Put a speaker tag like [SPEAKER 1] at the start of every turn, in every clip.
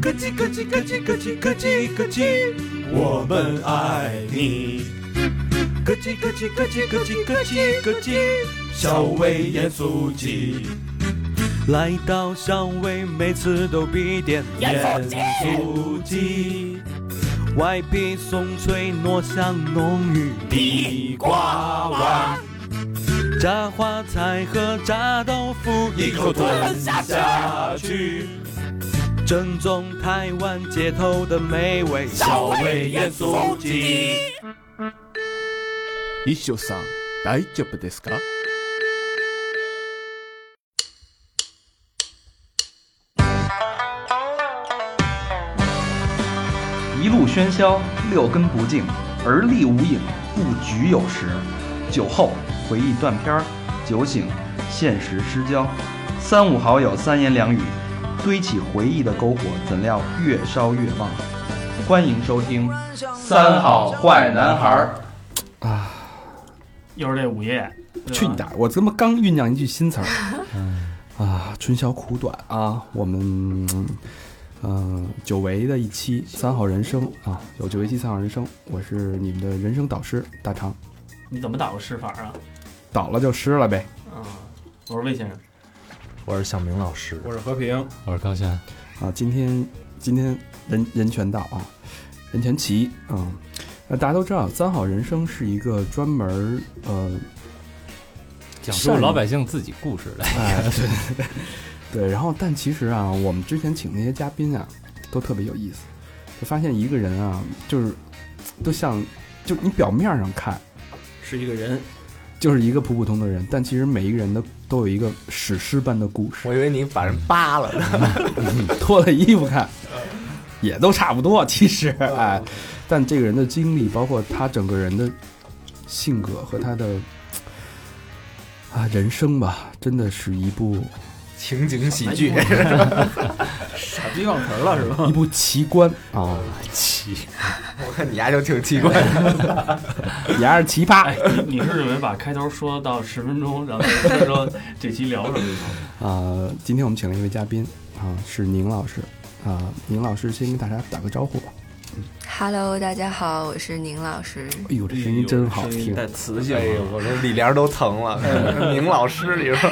[SPEAKER 1] 咯叽咯叽咯叽咯叽咯叽咯叽，我们爱你。咯叽咯叽咯叽咯叽咯叽咯叽，小伟盐酥鸡。来到小伟，每次都必点
[SPEAKER 2] 盐酥鸡
[SPEAKER 1] 酥鸡，外皮松脆，糯香浓郁，地瓜丸。炸花菜和炸豆腐，一口吞下去。正宗台湾街头的美味，小味盐酥鸡。
[SPEAKER 3] 一休さん、大丈夫ですか
[SPEAKER 4] 一路喧嚣，六根不净，而立无影，布局有时。酒后回忆断片儿，酒醒现实失焦。三五好友三言两语，堆起回忆的篝火，怎料越烧越旺。欢迎收听《三好坏男孩》。
[SPEAKER 5] 又是这午夜，
[SPEAKER 3] 去你大爷！我他妈刚酝酿一句新词儿，啊，春宵苦短啊，我们嗯、呃久违的一期三好人生啊，有久违期三好人生，我是你们的人生导师大长，
[SPEAKER 5] 你怎么打个试法啊？
[SPEAKER 3] 倒了就湿了呗。
[SPEAKER 5] 嗯，我说魏先生，
[SPEAKER 6] 我是小明老师，
[SPEAKER 3] 我是和平
[SPEAKER 6] 我是高翔。
[SPEAKER 3] 啊，今天今天人人权道啊，人权棋啊，那大家都知道三好人生是一个专门儿呃
[SPEAKER 6] 讲
[SPEAKER 3] 善
[SPEAKER 6] 述
[SPEAKER 3] 意
[SPEAKER 6] 老百姓自己故事的，
[SPEAKER 3] 哎，对对 对，对。然后，但其实啊，我们之前请那些嘉宾啊，都特别有意思，就发现一个人啊，就是都像，就是你表面上看
[SPEAKER 7] 是一个人。
[SPEAKER 3] 就是一个普普通的人，但其实每一个人都都有一个史诗般的故事。
[SPEAKER 7] 我以为你把人扒了呢。
[SPEAKER 3] 脱了衣服看，也都差不多。其实，
[SPEAKER 7] 嗯
[SPEAKER 3] 哎，但这个人的经历，包括他整个人的性格和他的啊人生吧，真的是一部
[SPEAKER 7] 情景喜剧，
[SPEAKER 5] 傻逼忘词了是哎吧？
[SPEAKER 3] 一部奇观啊，
[SPEAKER 7] 哦 我看你丫就 挺奇怪的。
[SPEAKER 3] 也是奇葩。
[SPEAKER 5] 哎你是准备把开头说到十分钟，然后再说这期聊什么？
[SPEAKER 3] 呃，今天我们请了一位嘉宾啊，是宁老师啊、宁老师先跟大家打个招呼吧。
[SPEAKER 8] Hello，大家好，我是宁老师。
[SPEAKER 3] 哎呦，这声音真好听！
[SPEAKER 7] 磁性，哎呦，我说李莲都疼了。宁老师，你说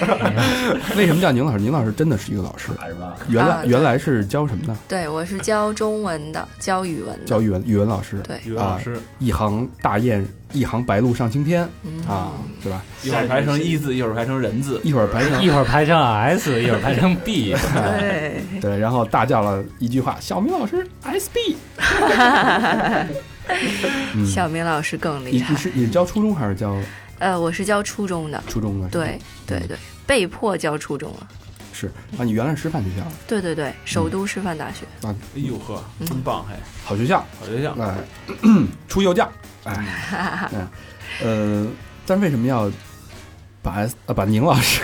[SPEAKER 3] 为什么叫宁老师？宁老师真的是一个老师，原来、
[SPEAKER 8] 啊对
[SPEAKER 3] 原来是教什么的？
[SPEAKER 8] 对，我是教中文的，教语文的。
[SPEAKER 3] 教语文语文老师。
[SPEAKER 8] 对，
[SPEAKER 7] 语
[SPEAKER 3] 老师，一行大雁，一行白鹭上青天
[SPEAKER 8] 嗯，
[SPEAKER 3] 啊，是吧？
[SPEAKER 5] 一会儿排成一 字，
[SPEAKER 3] 一会儿白成
[SPEAKER 6] 一会儿排成 S，一会儿排成 B，
[SPEAKER 8] 对，
[SPEAKER 3] 对，然后大叫了一句话：“小明老师，SB。嗯”
[SPEAKER 8] 小明老师更
[SPEAKER 3] 你
[SPEAKER 8] 厉害
[SPEAKER 3] 你。是你是教初中还是教
[SPEAKER 8] 呃，我是教初中的，
[SPEAKER 3] 初中的？
[SPEAKER 8] 对对对，被迫教初中了。
[SPEAKER 3] 是啊，你原来是师范学校，
[SPEAKER 8] 对对对，首都师范大学。
[SPEAKER 7] 哎呦呵，
[SPEAKER 8] 嗯
[SPEAKER 7] 真棒嘿！
[SPEAKER 3] 好学校，
[SPEAKER 7] 好学校，
[SPEAKER 3] 哎， 出幼教，哎，嗯呃，但为什么要把 S 啊把宁老师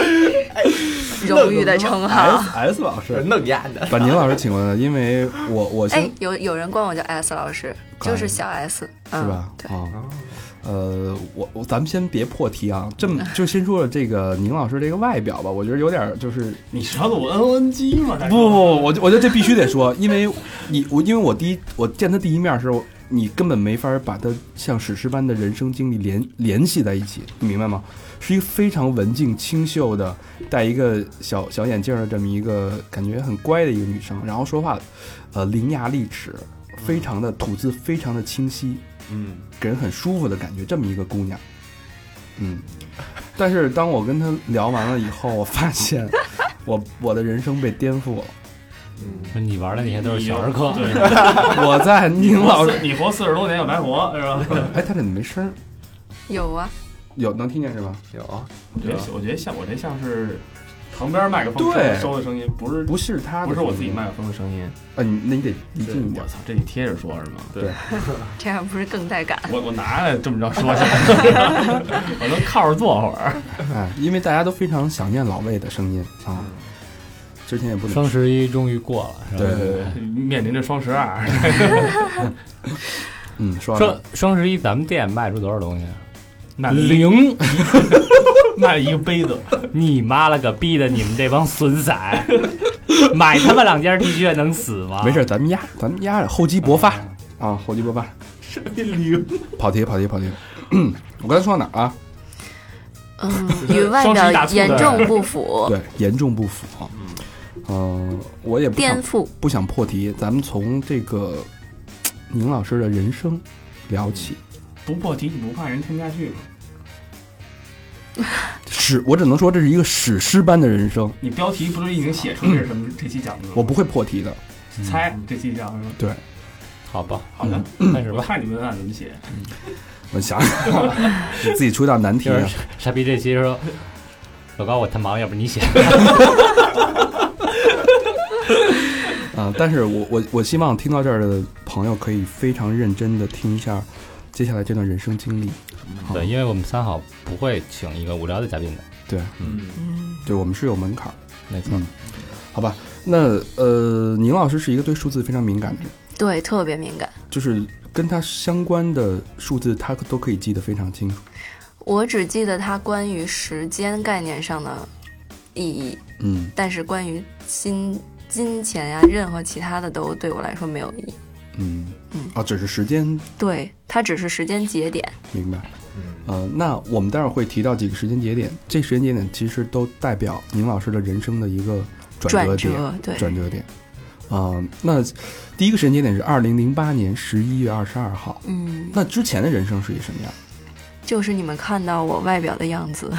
[SPEAKER 3] 嗯
[SPEAKER 8] 荣誉的 称号。
[SPEAKER 3] S S 老师
[SPEAKER 7] 弄丫的。
[SPEAKER 3] 把宁老师请过来？因为我我先
[SPEAKER 8] 哎，有有人管我叫 S 老师，
[SPEAKER 3] 管
[SPEAKER 8] 就是小 S，嗯
[SPEAKER 3] 是吧？
[SPEAKER 8] 对，
[SPEAKER 3] 啊，呃，我我咱们先别破题啊，这么就先说了这个宁老师这个外表吧，我觉得有点就是
[SPEAKER 5] 你知道我 N O N G 吗？
[SPEAKER 3] 不不，不，我就我觉得这必须得说，因为你我因为我第一我见他第一面的时候，你根本没法把他像史诗般的人生经历联联系在一起，你明白吗？是一个非常文静清秀的，戴一个小小眼镜儿的这么一个感觉很乖的一个女生，然后说话，呃，伶牙俐齿，非常的吐字非常的清晰，
[SPEAKER 7] 嗯，
[SPEAKER 3] 给人很舒服的感觉，这么一个姑娘，嗯。但是当我跟她聊完了以后，我发现我我的人生被颠覆了。
[SPEAKER 6] 你玩的那些都是小儿科。
[SPEAKER 5] 对，
[SPEAKER 3] 我在 宁老 师，
[SPEAKER 5] 你活四十多年也白活是吧？
[SPEAKER 3] 哎，他怎么没声儿？
[SPEAKER 8] 有啊，
[SPEAKER 3] 有能听见是吧？
[SPEAKER 7] 有
[SPEAKER 5] 我觉得我觉得像我这像是旁边麦克风
[SPEAKER 3] 对
[SPEAKER 5] 收的声音，不是
[SPEAKER 3] 不是他，
[SPEAKER 5] 不是我自己。麦克风的声音。
[SPEAKER 3] 啊，你那你得离近一点
[SPEAKER 5] 我。操，这得贴着说是吗？
[SPEAKER 8] 这样不是更带感？
[SPEAKER 5] 我我拿来这么着说去，我能靠着坐会儿。嗯
[SPEAKER 3] 哎，因为大家都非常想念老魏的声音啊。之前也不能
[SPEAKER 6] 双十一终于过了，是吧
[SPEAKER 3] 对对对，
[SPEAKER 5] 面临着双十二，
[SPEAKER 3] 嗯，说完了
[SPEAKER 6] 双双十一咱们店卖出多少东西啊？
[SPEAKER 5] 那一
[SPEAKER 6] 零，
[SPEAKER 5] 那一个杯子，
[SPEAKER 6] 你妈了个逼的！你们这帮损色，买他妈两件 T 恤能死吗？
[SPEAKER 3] 没事，，咱们压，咱们压着，厚积薄发啊，厚积薄发。跑题，跑题，跑题。 我刚才说到哪儿啊？
[SPEAKER 8] 嗯，与外
[SPEAKER 5] 双十一打
[SPEAKER 8] 表
[SPEAKER 5] 醋
[SPEAKER 8] 严
[SPEAKER 5] 的
[SPEAKER 8] 重不
[SPEAKER 5] 哦
[SPEAKER 8] 符，
[SPEAKER 3] 对，严重不符啊。嗯，我也不想
[SPEAKER 8] 颠覆。
[SPEAKER 3] 不想破题，咱们从这个嘖宁老师的人生聊起。
[SPEAKER 5] 不破题你不怕人听不下去吗？
[SPEAKER 3] 史，我只能说这是一个史诗般的人生，
[SPEAKER 5] 你标题不是已经写出这是什么这期讲的了吗？
[SPEAKER 3] 我不会破题的。
[SPEAKER 5] 猜这期讲什么？
[SPEAKER 6] 好吧，嗯
[SPEAKER 5] 好的，
[SPEAKER 6] 开始
[SPEAKER 5] 我
[SPEAKER 6] 吧。
[SPEAKER 5] 看你们俩怎么写。
[SPEAKER 3] 我想想， 你自己出一道难题、
[SPEAKER 6] 就
[SPEAKER 3] 啊
[SPEAKER 6] 是。傻逼这期说，老高我太忙，要不你写。
[SPEAKER 3] 啊，但是我我我希望听到这儿的朋友可以非常认真的听一下接下来这段人生经历。好
[SPEAKER 6] 对，因为我们三好不会请一个无聊的嘉宾的，
[SPEAKER 3] 对，
[SPEAKER 8] 嗯，
[SPEAKER 3] 对我们是有门槛儿。
[SPEAKER 6] 没错。
[SPEAKER 3] 嗯，好吧，那呃，宁老师是一个对数字非常敏感的人，
[SPEAKER 8] 对，特别敏感。
[SPEAKER 3] 就是跟他相关的数字，他都可以记得非常清楚。
[SPEAKER 8] 我只记得它关于时间概念上的意义，
[SPEAKER 3] 嗯
[SPEAKER 8] 但是关于金金钱呀、任何其他的都对我来说没有意义。
[SPEAKER 3] 嗯
[SPEAKER 8] 嗯
[SPEAKER 3] 啊，只是时间
[SPEAKER 8] 对，它只是时间节点。
[SPEAKER 3] 明白。呃，那我们待会儿会提到几个时间节点，这时间节点其实都代表宁老师的人生的一个转折点。
[SPEAKER 8] 转折，对，
[SPEAKER 3] 转折点。啊、那第一个时间节点是二零零八年十一月二十二号。
[SPEAKER 8] 嗯，
[SPEAKER 3] 那之前的人生是一什么样？
[SPEAKER 8] 就是你们看到我外表的样子，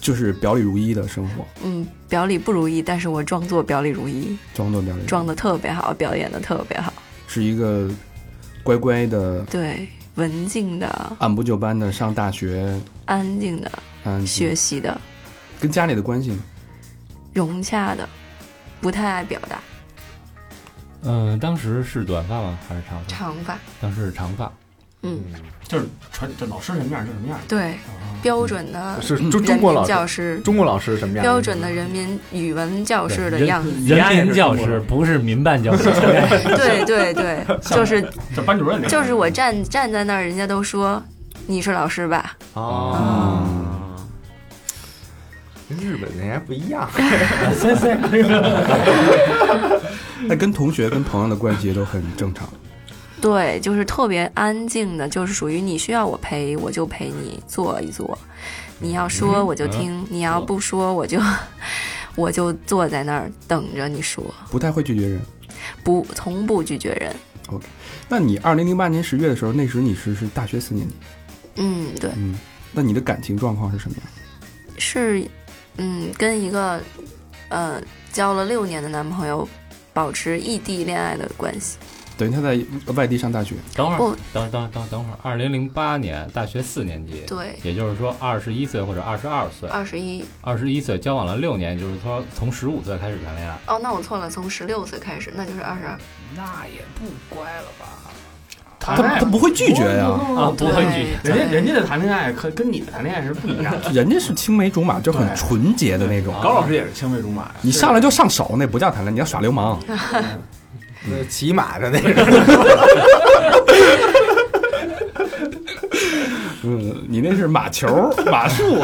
[SPEAKER 3] 就是表里如一的生活，
[SPEAKER 8] 嗯，表里不如意，但是我装作表里如一，
[SPEAKER 3] 装作表里如一
[SPEAKER 8] 装的特别好，表演的特别好，
[SPEAKER 3] 是一个乖乖的、
[SPEAKER 8] 对，文静的、
[SPEAKER 3] 按部就班的上大学，
[SPEAKER 8] 安静的、
[SPEAKER 3] 嗯，
[SPEAKER 8] 学习的、
[SPEAKER 3] 跟家里的关系呢
[SPEAKER 8] 融洽的，不太爱表达，
[SPEAKER 6] 嗯，当时是短发吗？还是长发？
[SPEAKER 8] 长发，
[SPEAKER 6] 当时是长发。
[SPEAKER 8] 嗯，
[SPEAKER 5] 就是传这老师什么样就什么样。
[SPEAKER 8] 对，标准的
[SPEAKER 7] 是
[SPEAKER 3] 嗯
[SPEAKER 7] 中
[SPEAKER 8] 人
[SPEAKER 7] 中国
[SPEAKER 8] 民
[SPEAKER 7] 老师，
[SPEAKER 8] 教师，
[SPEAKER 7] 中国老师是什么样？
[SPEAKER 8] 标准的人民语文教师的
[SPEAKER 6] 人
[SPEAKER 8] 样子，
[SPEAKER 6] 人民教师不是民办教师。
[SPEAKER 8] 对对对，就是
[SPEAKER 5] 这班主任那
[SPEAKER 8] 就是我站站在那儿，人家都说你是老师吧，
[SPEAKER 7] 哦，跟日本人还不一样。
[SPEAKER 3] 那跟同学、跟朋友的关系也都很正常。
[SPEAKER 8] 对，就是特别安静的，就是属于你需要我陪我就陪你坐一坐，你要
[SPEAKER 7] 嗯
[SPEAKER 8] 说我就听，你要不说我就 我就坐在那儿等着你说，
[SPEAKER 3] 不太会拒绝人。
[SPEAKER 8] 不从不拒绝人。
[SPEAKER 3] 那你二零零八年十月的时候，那时你是是大学四年级，
[SPEAKER 8] 嗯，对，
[SPEAKER 3] 嗯，那你的感情状况是什么样？
[SPEAKER 8] 是，嗯，跟一个呃交了六年的男朋友保持异地恋爱的关系。
[SPEAKER 3] 等于他在外地上大学，
[SPEAKER 6] 等会
[SPEAKER 8] 不
[SPEAKER 6] 儿，等等等等会儿，二零零八年大学四年级，
[SPEAKER 8] 对，
[SPEAKER 6] 也就是说二十一岁或者二十二岁，
[SPEAKER 8] 二十一。
[SPEAKER 6] 二十一岁交往了六年，就是说从十五岁开始谈恋爱。
[SPEAKER 8] 哦，那我错了，从十六岁开始，那就是二十二。
[SPEAKER 6] 那也不乖了吧？
[SPEAKER 3] 他他不会拒绝呀、
[SPEAKER 6] 哦
[SPEAKER 5] 啊，不会拒绝。
[SPEAKER 8] 哦对
[SPEAKER 5] 人家人家的谈恋爱可跟你的谈恋爱是不一样的。
[SPEAKER 3] 人家是青梅竹马，就很纯洁的那种。
[SPEAKER 5] 高老
[SPEAKER 7] 师也是青梅竹马呀，
[SPEAKER 3] 你上来就上手，那不叫谈恋爱，你要耍流氓。
[SPEAKER 7] 那骑马的那个。
[SPEAKER 3] 嗯，你那是马球、马术。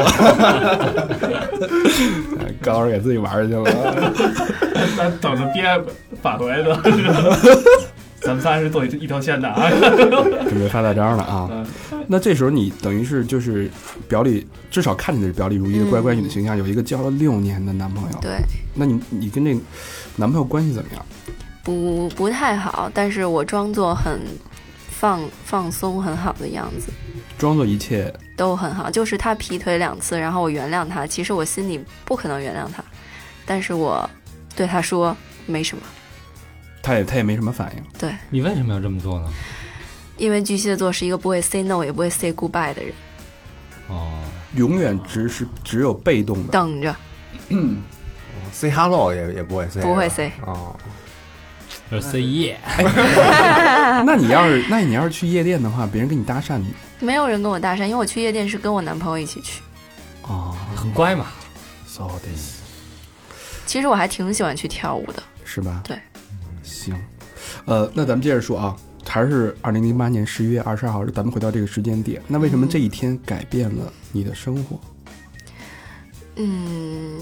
[SPEAKER 3] 哎高老师给自己玩儿去了。
[SPEAKER 5] 咱等着憋返回来的，咱们仨是做一一条线的啊。
[SPEAKER 3] 准备发大招了
[SPEAKER 7] 嗯
[SPEAKER 3] 啊！那这时候你等于是就是表里，至少看起来是表里如一的
[SPEAKER 8] 嗯
[SPEAKER 3] 乖乖女的形象，有一个交了六年的男朋友。
[SPEAKER 8] 对，
[SPEAKER 3] 那你你跟这男朋友关系怎么样？
[SPEAKER 8] 不不太好，但是我装作很放放松很好的样子，
[SPEAKER 3] 装作一切
[SPEAKER 8] 都很好。就是他劈腿两次，然后我原谅他，其实我心里不可能原谅他，但是我对他说没什么，
[SPEAKER 3] 他也他也没什么反应。
[SPEAKER 6] 你为什么要这么做呢？
[SPEAKER 8] 因为巨蟹座是一个不会 say no 也不会 say goodbye 的人，
[SPEAKER 6] 哦，
[SPEAKER 3] 永远只是只有被动的，
[SPEAKER 8] 等着
[SPEAKER 7] say hello 也也不会 say，
[SPEAKER 8] 不会
[SPEAKER 7] 是吧
[SPEAKER 8] say
[SPEAKER 7] 哦，
[SPEAKER 6] 就是 say yeah，
[SPEAKER 5] 嗯
[SPEAKER 3] 那你要是那你要是去夜店的话，别人跟你搭讪你
[SPEAKER 8] 没有人跟我搭讪，因为我去夜店是跟我男朋友一起去，
[SPEAKER 3] 哦
[SPEAKER 6] 很乖嘛。
[SPEAKER 3] ，so this，
[SPEAKER 8] 其实我还挺喜欢去跳舞的。
[SPEAKER 3] 是吧？
[SPEAKER 8] 对，
[SPEAKER 3] 行，呃，那咱们接着说啊，还是二零零八年十一月二十二号，咱们回到这个时间点，那为什么
[SPEAKER 8] 嗯
[SPEAKER 3] 这一天改变了你的生活？
[SPEAKER 8] 嗯，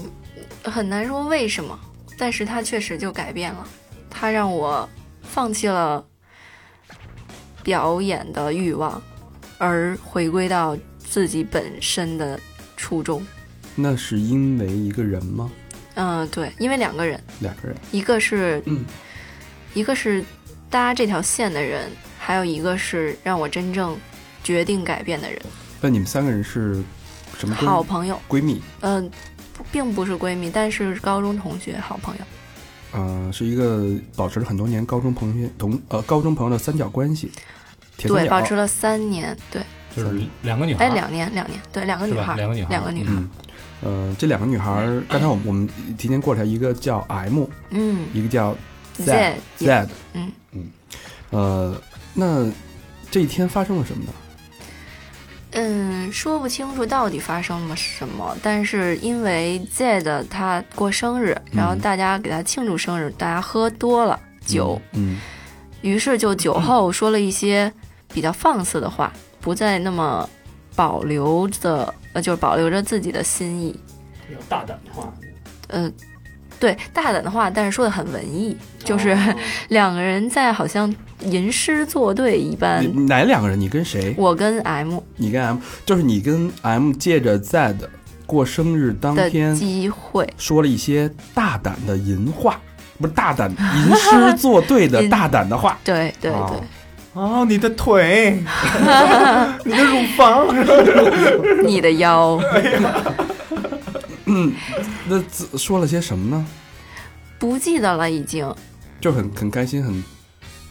[SPEAKER 8] 很难说为什么，但是它确实就改变了，它让我放弃了表演的欲望，而回归到自己本身的初衷。
[SPEAKER 3] 那是因为一个人吗？
[SPEAKER 8] 嗯、对，因为两个人，
[SPEAKER 3] 两个人？
[SPEAKER 8] 一个是
[SPEAKER 3] 嗯
[SPEAKER 8] 一个是搭这条线的人，还有一个是让我真正决定改变的人，
[SPEAKER 3] 那你们三个人是什么
[SPEAKER 8] 好
[SPEAKER 3] 闺
[SPEAKER 8] 朋友。
[SPEAKER 3] 闺蜜？
[SPEAKER 8] 嗯、不并不是闺蜜，但是高中同学，好朋友。
[SPEAKER 3] 呃，是一个保持了很多年高中朋友同呃高中朋友的三角关系，铁啊三
[SPEAKER 8] 对，
[SPEAKER 3] 角。
[SPEAKER 8] 保持了三年，对，
[SPEAKER 6] 就是两个女孩
[SPEAKER 8] 哎，
[SPEAKER 6] 儿，
[SPEAKER 8] 两年，两年，对，两个
[SPEAKER 6] 是
[SPEAKER 8] 女
[SPEAKER 6] 吧
[SPEAKER 8] 孩？儿，
[SPEAKER 6] 两个女孩儿，
[SPEAKER 8] 两个女孩儿，
[SPEAKER 3] 嗯，呃，这两个女孩儿，刚才我们我们提前过来，一个叫 M，
[SPEAKER 8] 嗯
[SPEAKER 3] 一个叫
[SPEAKER 8] Z，也
[SPEAKER 3] Z，
[SPEAKER 8] 嗯
[SPEAKER 3] 嗯，呃，那这一天发生了什么呢？
[SPEAKER 8] 嗯，说不清楚到底发生了什么，但是因为 Z 的她过生日，然后
[SPEAKER 3] 嗯
[SPEAKER 8] 大家给她庆祝生日，大家喝多了酒，
[SPEAKER 3] 嗯，
[SPEAKER 8] 于是就酒后说了一些比较放肆的话，不再那么保留着，呃，就是保留着自己的心意，
[SPEAKER 5] 比较大胆的话，
[SPEAKER 8] 呃，对，大胆的话，但是说的很文艺，就是。
[SPEAKER 5] 哦
[SPEAKER 8] 两个人在好像吟诗作对一般
[SPEAKER 3] 嗯你。哪两个人？你跟谁？
[SPEAKER 8] 嗯我跟 M
[SPEAKER 3] 你跟 M，就是你跟 M 借着 Z 过生日当
[SPEAKER 8] 的
[SPEAKER 3] 天
[SPEAKER 8] 机会，
[SPEAKER 3] 说了一些大胆的淫话，不是大胆吟诗作对 的
[SPEAKER 8] 淫
[SPEAKER 3] 大胆的话。
[SPEAKER 8] 对对
[SPEAKER 7] 哦
[SPEAKER 8] 对，
[SPEAKER 7] 哦，你的腿，你的乳房，
[SPEAKER 8] 你的腰
[SPEAKER 3] 嗯那自说了些什么呢？
[SPEAKER 8] 不记得了已经。
[SPEAKER 3] 就很很开心，很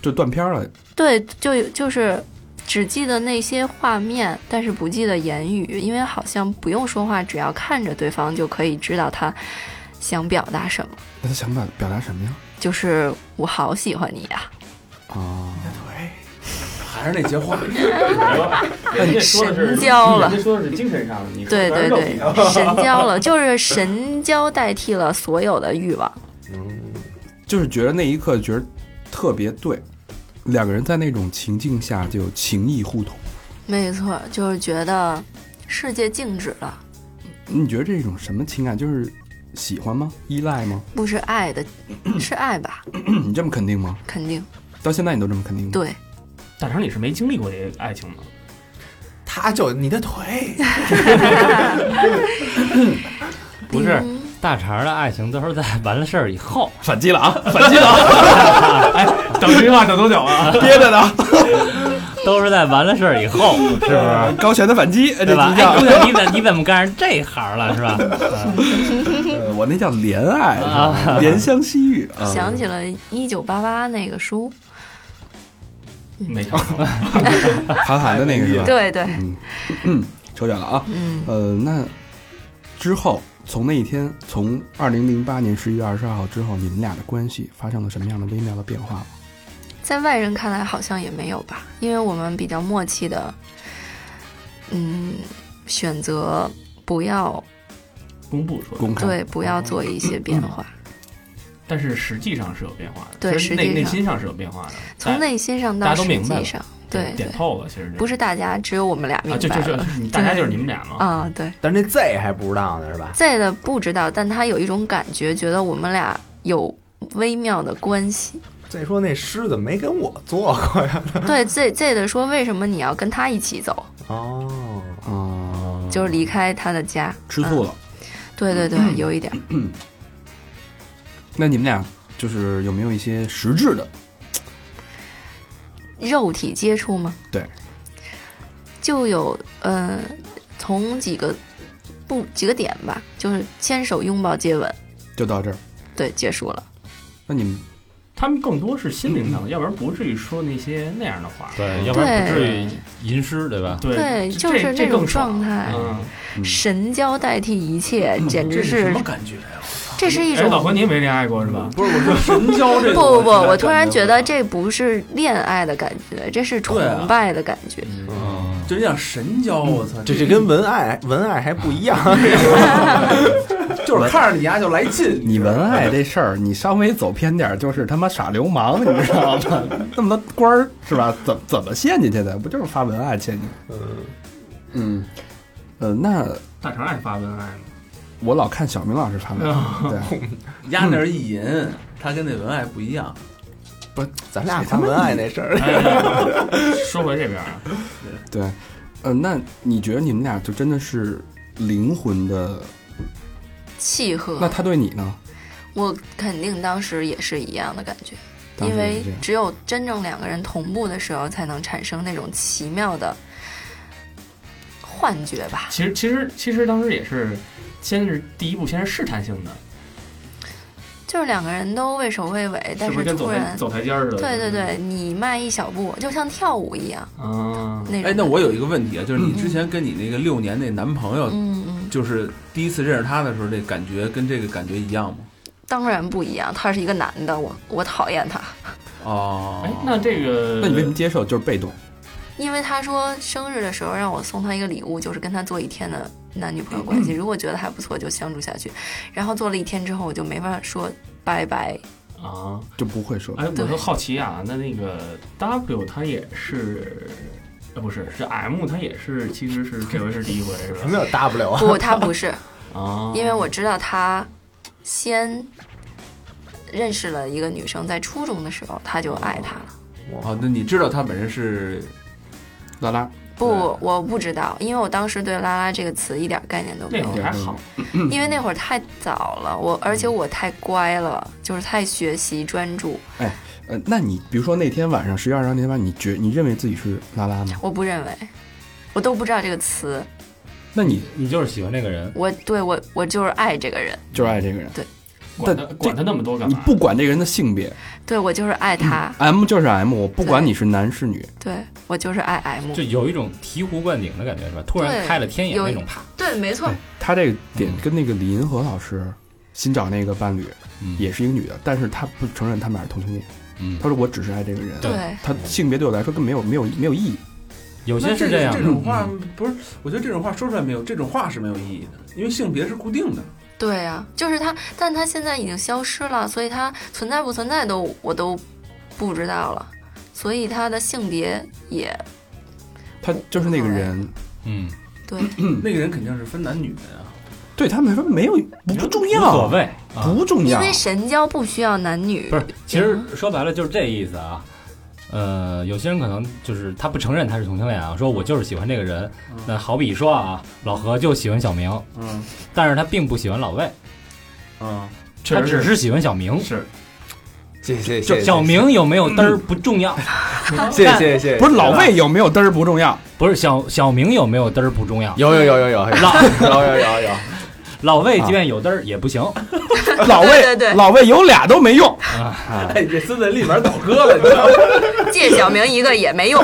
[SPEAKER 3] 就断片儿了。
[SPEAKER 8] 对，就就是只记得那些画面，但是不记得言语，因为好像不用说话，只要看着对方就可以知道他想表达什么。
[SPEAKER 3] 那他想表表达什么呀？
[SPEAKER 8] 就是我好喜欢你呀、
[SPEAKER 3] 啊，还是那些话。
[SPEAKER 5] 人家说的是
[SPEAKER 8] 神交了
[SPEAKER 5] 人家说的是精神上的，你说
[SPEAKER 8] 对
[SPEAKER 5] 的
[SPEAKER 8] 对
[SPEAKER 5] 是肉体
[SPEAKER 8] 对
[SPEAKER 5] 上的，
[SPEAKER 8] 神交了，就是神交代替了所有的欲望。
[SPEAKER 3] 就是觉得那一刻觉得特别对，两个人在那种情境下就情意互通。
[SPEAKER 8] 没错，就是觉得世界静止了，
[SPEAKER 3] 你觉得这种什么情感？就是喜欢吗？ 依赖吗？
[SPEAKER 8] 不是 爱的，是爱吧？
[SPEAKER 3] 你这么肯定吗？
[SPEAKER 8] 肯定
[SPEAKER 3] 到现在你都这么肯
[SPEAKER 5] 嗯
[SPEAKER 3] 定吗？，
[SPEAKER 8] 对，
[SPEAKER 5] 大成，你是没经历过这爱情吗？
[SPEAKER 7] 他就你的腿，
[SPEAKER 6] 不是
[SPEAKER 8] 嗯
[SPEAKER 6] 大肠的爱情都是在完了事儿以后，
[SPEAKER 3] 反击了啊！
[SPEAKER 5] 反击了啊！哎，等这句话等多久啊？
[SPEAKER 3] 憋着呢，
[SPEAKER 6] 都是在完了事儿以 后，是不是？
[SPEAKER 3] 高悬的反击，哎这
[SPEAKER 6] 对吧？
[SPEAKER 3] 就叫
[SPEAKER 6] 哎，姑娘，你怎你怎么干上这行了，是 吧？嗯
[SPEAKER 3] 呃我那叫怜爱，是吧
[SPEAKER 6] 啊
[SPEAKER 3] 怜香惜玉
[SPEAKER 5] 呃
[SPEAKER 3] 啊。
[SPEAKER 8] 想起了一九八八那个书，
[SPEAKER 5] 嗯没看过，
[SPEAKER 3] 韩寒的那个是吧？
[SPEAKER 8] 对对，
[SPEAKER 3] 扯远了啊。
[SPEAKER 8] 嗯，
[SPEAKER 3] 呃，那之后从那一天，从二零零八年十一月二十二号之后，你们俩的关系发生了什么样的微妙的变化？
[SPEAKER 8] 在外人看来好像也没有吧，因为我们比较默契的，嗯，选择不要
[SPEAKER 5] 公布出来，
[SPEAKER 3] 公开
[SPEAKER 8] 对不要做一些变化，
[SPEAKER 5] 嗯但是实际上是有变化的，
[SPEAKER 8] 对
[SPEAKER 5] 其实内
[SPEAKER 8] 实际上
[SPEAKER 5] 内心上是有变化的，
[SPEAKER 8] 从
[SPEAKER 5] 大
[SPEAKER 8] 内心上
[SPEAKER 5] 嗯大
[SPEAKER 8] 到
[SPEAKER 5] 家都
[SPEAKER 8] 实
[SPEAKER 5] 明白
[SPEAKER 8] 际
[SPEAKER 5] 了
[SPEAKER 8] 上，
[SPEAKER 5] 家
[SPEAKER 8] 对对
[SPEAKER 5] 点，透了，其实这
[SPEAKER 8] 不是大家，只有我们俩明
[SPEAKER 5] 啊，就
[SPEAKER 8] 白
[SPEAKER 5] 就就
[SPEAKER 8] 了
[SPEAKER 5] 你大家就是你们俩嘛，
[SPEAKER 8] 啊，对。
[SPEAKER 7] 但是那 Z 还不知道呢，是吧？
[SPEAKER 8] 在的不知道，但他有一种感觉，觉得我们俩有微妙的关系。
[SPEAKER 7] 再说那狮子没跟我做过呀。
[SPEAKER 8] 对，这这的说，为什么你要跟他一起走，
[SPEAKER 7] 哦，
[SPEAKER 3] 啊，
[SPEAKER 8] 就是离开他的家？嗯
[SPEAKER 3] 吃醋了。
[SPEAKER 8] 对
[SPEAKER 7] 嗯
[SPEAKER 8] 对对，有一点儿。
[SPEAKER 3] 那你们俩就是有没有一些实质的？
[SPEAKER 8] 肉体接触吗？
[SPEAKER 3] 对，
[SPEAKER 8] 就有呃，从几个不几个点吧，就是牵手、拥抱、接吻，
[SPEAKER 3] 就到这儿。
[SPEAKER 8] 对，结束了。
[SPEAKER 3] 那你们
[SPEAKER 5] 他们更多是心灵上的，要不然不至于说那些那样的话。
[SPEAKER 6] 对，要不
[SPEAKER 8] 不然
[SPEAKER 6] 然
[SPEAKER 8] 不
[SPEAKER 6] 不
[SPEAKER 8] 至
[SPEAKER 6] 至
[SPEAKER 5] 于
[SPEAKER 6] 于 吟诗，对吧？
[SPEAKER 8] 对，
[SPEAKER 5] 这
[SPEAKER 8] 就是
[SPEAKER 5] 这
[SPEAKER 8] 种
[SPEAKER 5] 更爽
[SPEAKER 8] 状态，
[SPEAKER 5] 嗯，
[SPEAKER 3] 嗯
[SPEAKER 8] 神交代替一切，简直
[SPEAKER 5] 什
[SPEAKER 8] 是
[SPEAKER 5] 么感觉呀？
[SPEAKER 8] 这是一
[SPEAKER 5] 哎，
[SPEAKER 8] 种
[SPEAKER 5] 老婆你也没恋爱过是吧？
[SPEAKER 7] 不是我说神交这
[SPEAKER 8] 不不不，我突然觉得这不是恋爱的感觉，这是崇拜的感觉。
[SPEAKER 6] 嗯，
[SPEAKER 1] 就有点神交，我操！
[SPEAKER 7] 这这跟文爱文爱还不一样，
[SPEAKER 2] 就是看着你丫就来劲，
[SPEAKER 3] 你文爱这事儿，你稍微走偏点儿就是他妈傻流氓，你知道吗？ 那么多官儿是吧？怎怎么陷进去的？不就是发文案陷进去？嗯嗯，呃，那
[SPEAKER 5] 大肠爱发文 案
[SPEAKER 3] 我老看小明老师发文，
[SPEAKER 2] 嗯
[SPEAKER 3] 对，
[SPEAKER 2] 压那是意淫，他跟那文爱不一样。
[SPEAKER 7] 不是咱俩谈文爱那事儿，
[SPEAKER 5] 哎说回这边啊，
[SPEAKER 3] 对，呃，那你觉得你们俩就真的是灵魂的？
[SPEAKER 8] 契
[SPEAKER 3] 那
[SPEAKER 2] 呃
[SPEAKER 8] 合。
[SPEAKER 3] 他对你呢？
[SPEAKER 8] 我肯定当时也是一样的感觉，
[SPEAKER 3] 当时
[SPEAKER 8] 因为
[SPEAKER 3] 是这样
[SPEAKER 8] 只有真正两个人同步的时候，才能产生那种奇妙的幻觉吧。
[SPEAKER 5] 其实其实其实当时也是，先是第一步，先是试探性的，
[SPEAKER 8] 就是两个人都畏首畏尾，但
[SPEAKER 5] 是不是跟
[SPEAKER 8] 突
[SPEAKER 5] 走台
[SPEAKER 8] 然，
[SPEAKER 5] 走台阶儿似的？
[SPEAKER 8] 对对，对，你迈一小步，就像跳舞一样
[SPEAKER 5] 啊，
[SPEAKER 8] 那种。
[SPEAKER 2] 哎，那我有一个问题啊，就是你之前跟你那个六年那男朋友，
[SPEAKER 8] 嗯嗯，
[SPEAKER 2] 就是第一次认识他的时候，这感觉跟这个感觉一样吗？
[SPEAKER 8] 当然不一样，他是一个男的，我我讨厌他，
[SPEAKER 2] 哦，
[SPEAKER 5] 哎，那这个，
[SPEAKER 3] 那你为什么接受？就是被动。
[SPEAKER 8] 因为他说生日的时候让我送他一个礼物，就是跟他做一天的男女朋友关系，如果觉得还不错就相处下去，然后做了一天之后我就没法说拜拜，
[SPEAKER 5] 啊？
[SPEAKER 3] 就不会说，
[SPEAKER 5] 哎，我
[SPEAKER 8] 对
[SPEAKER 5] 就好奇啊，那那个 W 他也是，呃，不是，是 M 他也是，其实是这回是第一回是
[SPEAKER 7] 什
[SPEAKER 5] 吧？
[SPEAKER 7] 么叫大不了啊？
[SPEAKER 8] 不，他不是，
[SPEAKER 5] 啊，
[SPEAKER 8] 因为我知道他先认识了一个女生，在初中的时候他就爱她了。
[SPEAKER 2] 哦，那你知道他本身是
[SPEAKER 3] 拉拉，
[SPEAKER 8] 不，我不知道，因为我当时对“拉拉”这个词一点概念都没
[SPEAKER 5] 那
[SPEAKER 8] 有，
[SPEAKER 5] 会儿还好，
[SPEAKER 8] 因为那会儿太早了，我而且我太乖了，就是太学习专注，
[SPEAKER 3] 呃，那你比如说那天晚上十月二十号那天晚上，你觉你认为自己是拉拉吗？
[SPEAKER 8] 我不认为，我都不知道这个词，
[SPEAKER 3] 那你
[SPEAKER 6] 你就是喜欢这个人，
[SPEAKER 8] 我对我我就是爱这个人，
[SPEAKER 3] 就是爱这个人，
[SPEAKER 5] 管他
[SPEAKER 3] 但这
[SPEAKER 5] 管他那么多干
[SPEAKER 3] 你
[SPEAKER 5] 嘛？
[SPEAKER 3] 不管这个人的性别
[SPEAKER 8] 对我就是爱他，
[SPEAKER 3] ，M 就是 M，我不管你是男是女，
[SPEAKER 8] 对我就是爱 M，
[SPEAKER 6] 就有一种醍醐灌顶的感觉，是吧？突然
[SPEAKER 8] 对
[SPEAKER 6] 开了天眼
[SPEAKER 8] 有
[SPEAKER 6] 那种，啪，
[SPEAKER 8] 对，没错
[SPEAKER 3] 哎，他这个点
[SPEAKER 8] 嗯
[SPEAKER 3] 跟那个李银河老师新找那个伴侣
[SPEAKER 6] 嗯
[SPEAKER 3] 也是一个女的，但是他不承认他们俩是同性恋，
[SPEAKER 6] 嗯
[SPEAKER 3] 他，说我只是爱这个人，
[SPEAKER 6] 对
[SPEAKER 8] 对，
[SPEAKER 3] 他性别对我来说根本没有没有没有意义，
[SPEAKER 6] 有些是
[SPEAKER 2] 这
[SPEAKER 6] 样
[SPEAKER 2] 这
[SPEAKER 6] 的，
[SPEAKER 2] 种
[SPEAKER 6] 嗯
[SPEAKER 2] 话不是？我觉得这种话说出来没有，这种话是没有意义的，因为性别是固定的。
[SPEAKER 8] 对呀、就是他，但他现在已经消失了，所以他存在不存在都我都不知道了，所以他的性别也
[SPEAKER 3] 他就是那个人，
[SPEAKER 6] 嗯，
[SPEAKER 8] 对。
[SPEAKER 2] 那个人肯定是分男女的呀。
[SPEAKER 3] 对他们来说没有不不重
[SPEAKER 6] 无所
[SPEAKER 3] 要，
[SPEAKER 6] 谓啊，
[SPEAKER 3] 不重
[SPEAKER 8] 因
[SPEAKER 3] 要，
[SPEAKER 8] 为神交不需要男女，
[SPEAKER 6] 不是，其实说白了就是这意思啊。呃，有些人可能就是他不承认他是同性恋啊，说我就是喜欢这个人。那好比说啊，老何就喜欢小明，
[SPEAKER 2] 嗯
[SPEAKER 6] 但是他并不喜欢老魏，
[SPEAKER 2] 嗯，
[SPEAKER 6] 他
[SPEAKER 5] 确
[SPEAKER 6] 只
[SPEAKER 5] 实
[SPEAKER 6] 是喜欢小明。
[SPEAKER 5] 是
[SPEAKER 7] 谢谢谢
[SPEAKER 6] 就
[SPEAKER 7] 谢
[SPEAKER 6] 小，明有没有嘚儿不重要，
[SPEAKER 7] 谢谢谢谢，
[SPEAKER 3] 不是老魏有没有嘚儿不重 要，
[SPEAKER 6] 不是小小明有没有嘚儿不重要，
[SPEAKER 7] 有有有有有有
[SPEAKER 6] 老
[SPEAKER 7] 有有有，
[SPEAKER 6] 老魏即便有嘚儿也不行。
[SPEAKER 3] 老魏
[SPEAKER 8] 对对对
[SPEAKER 3] 老魏有俩都没用，
[SPEAKER 2] 哎，这孙子立马倒戈了，你知道吗？
[SPEAKER 8] 借小明一个也没用。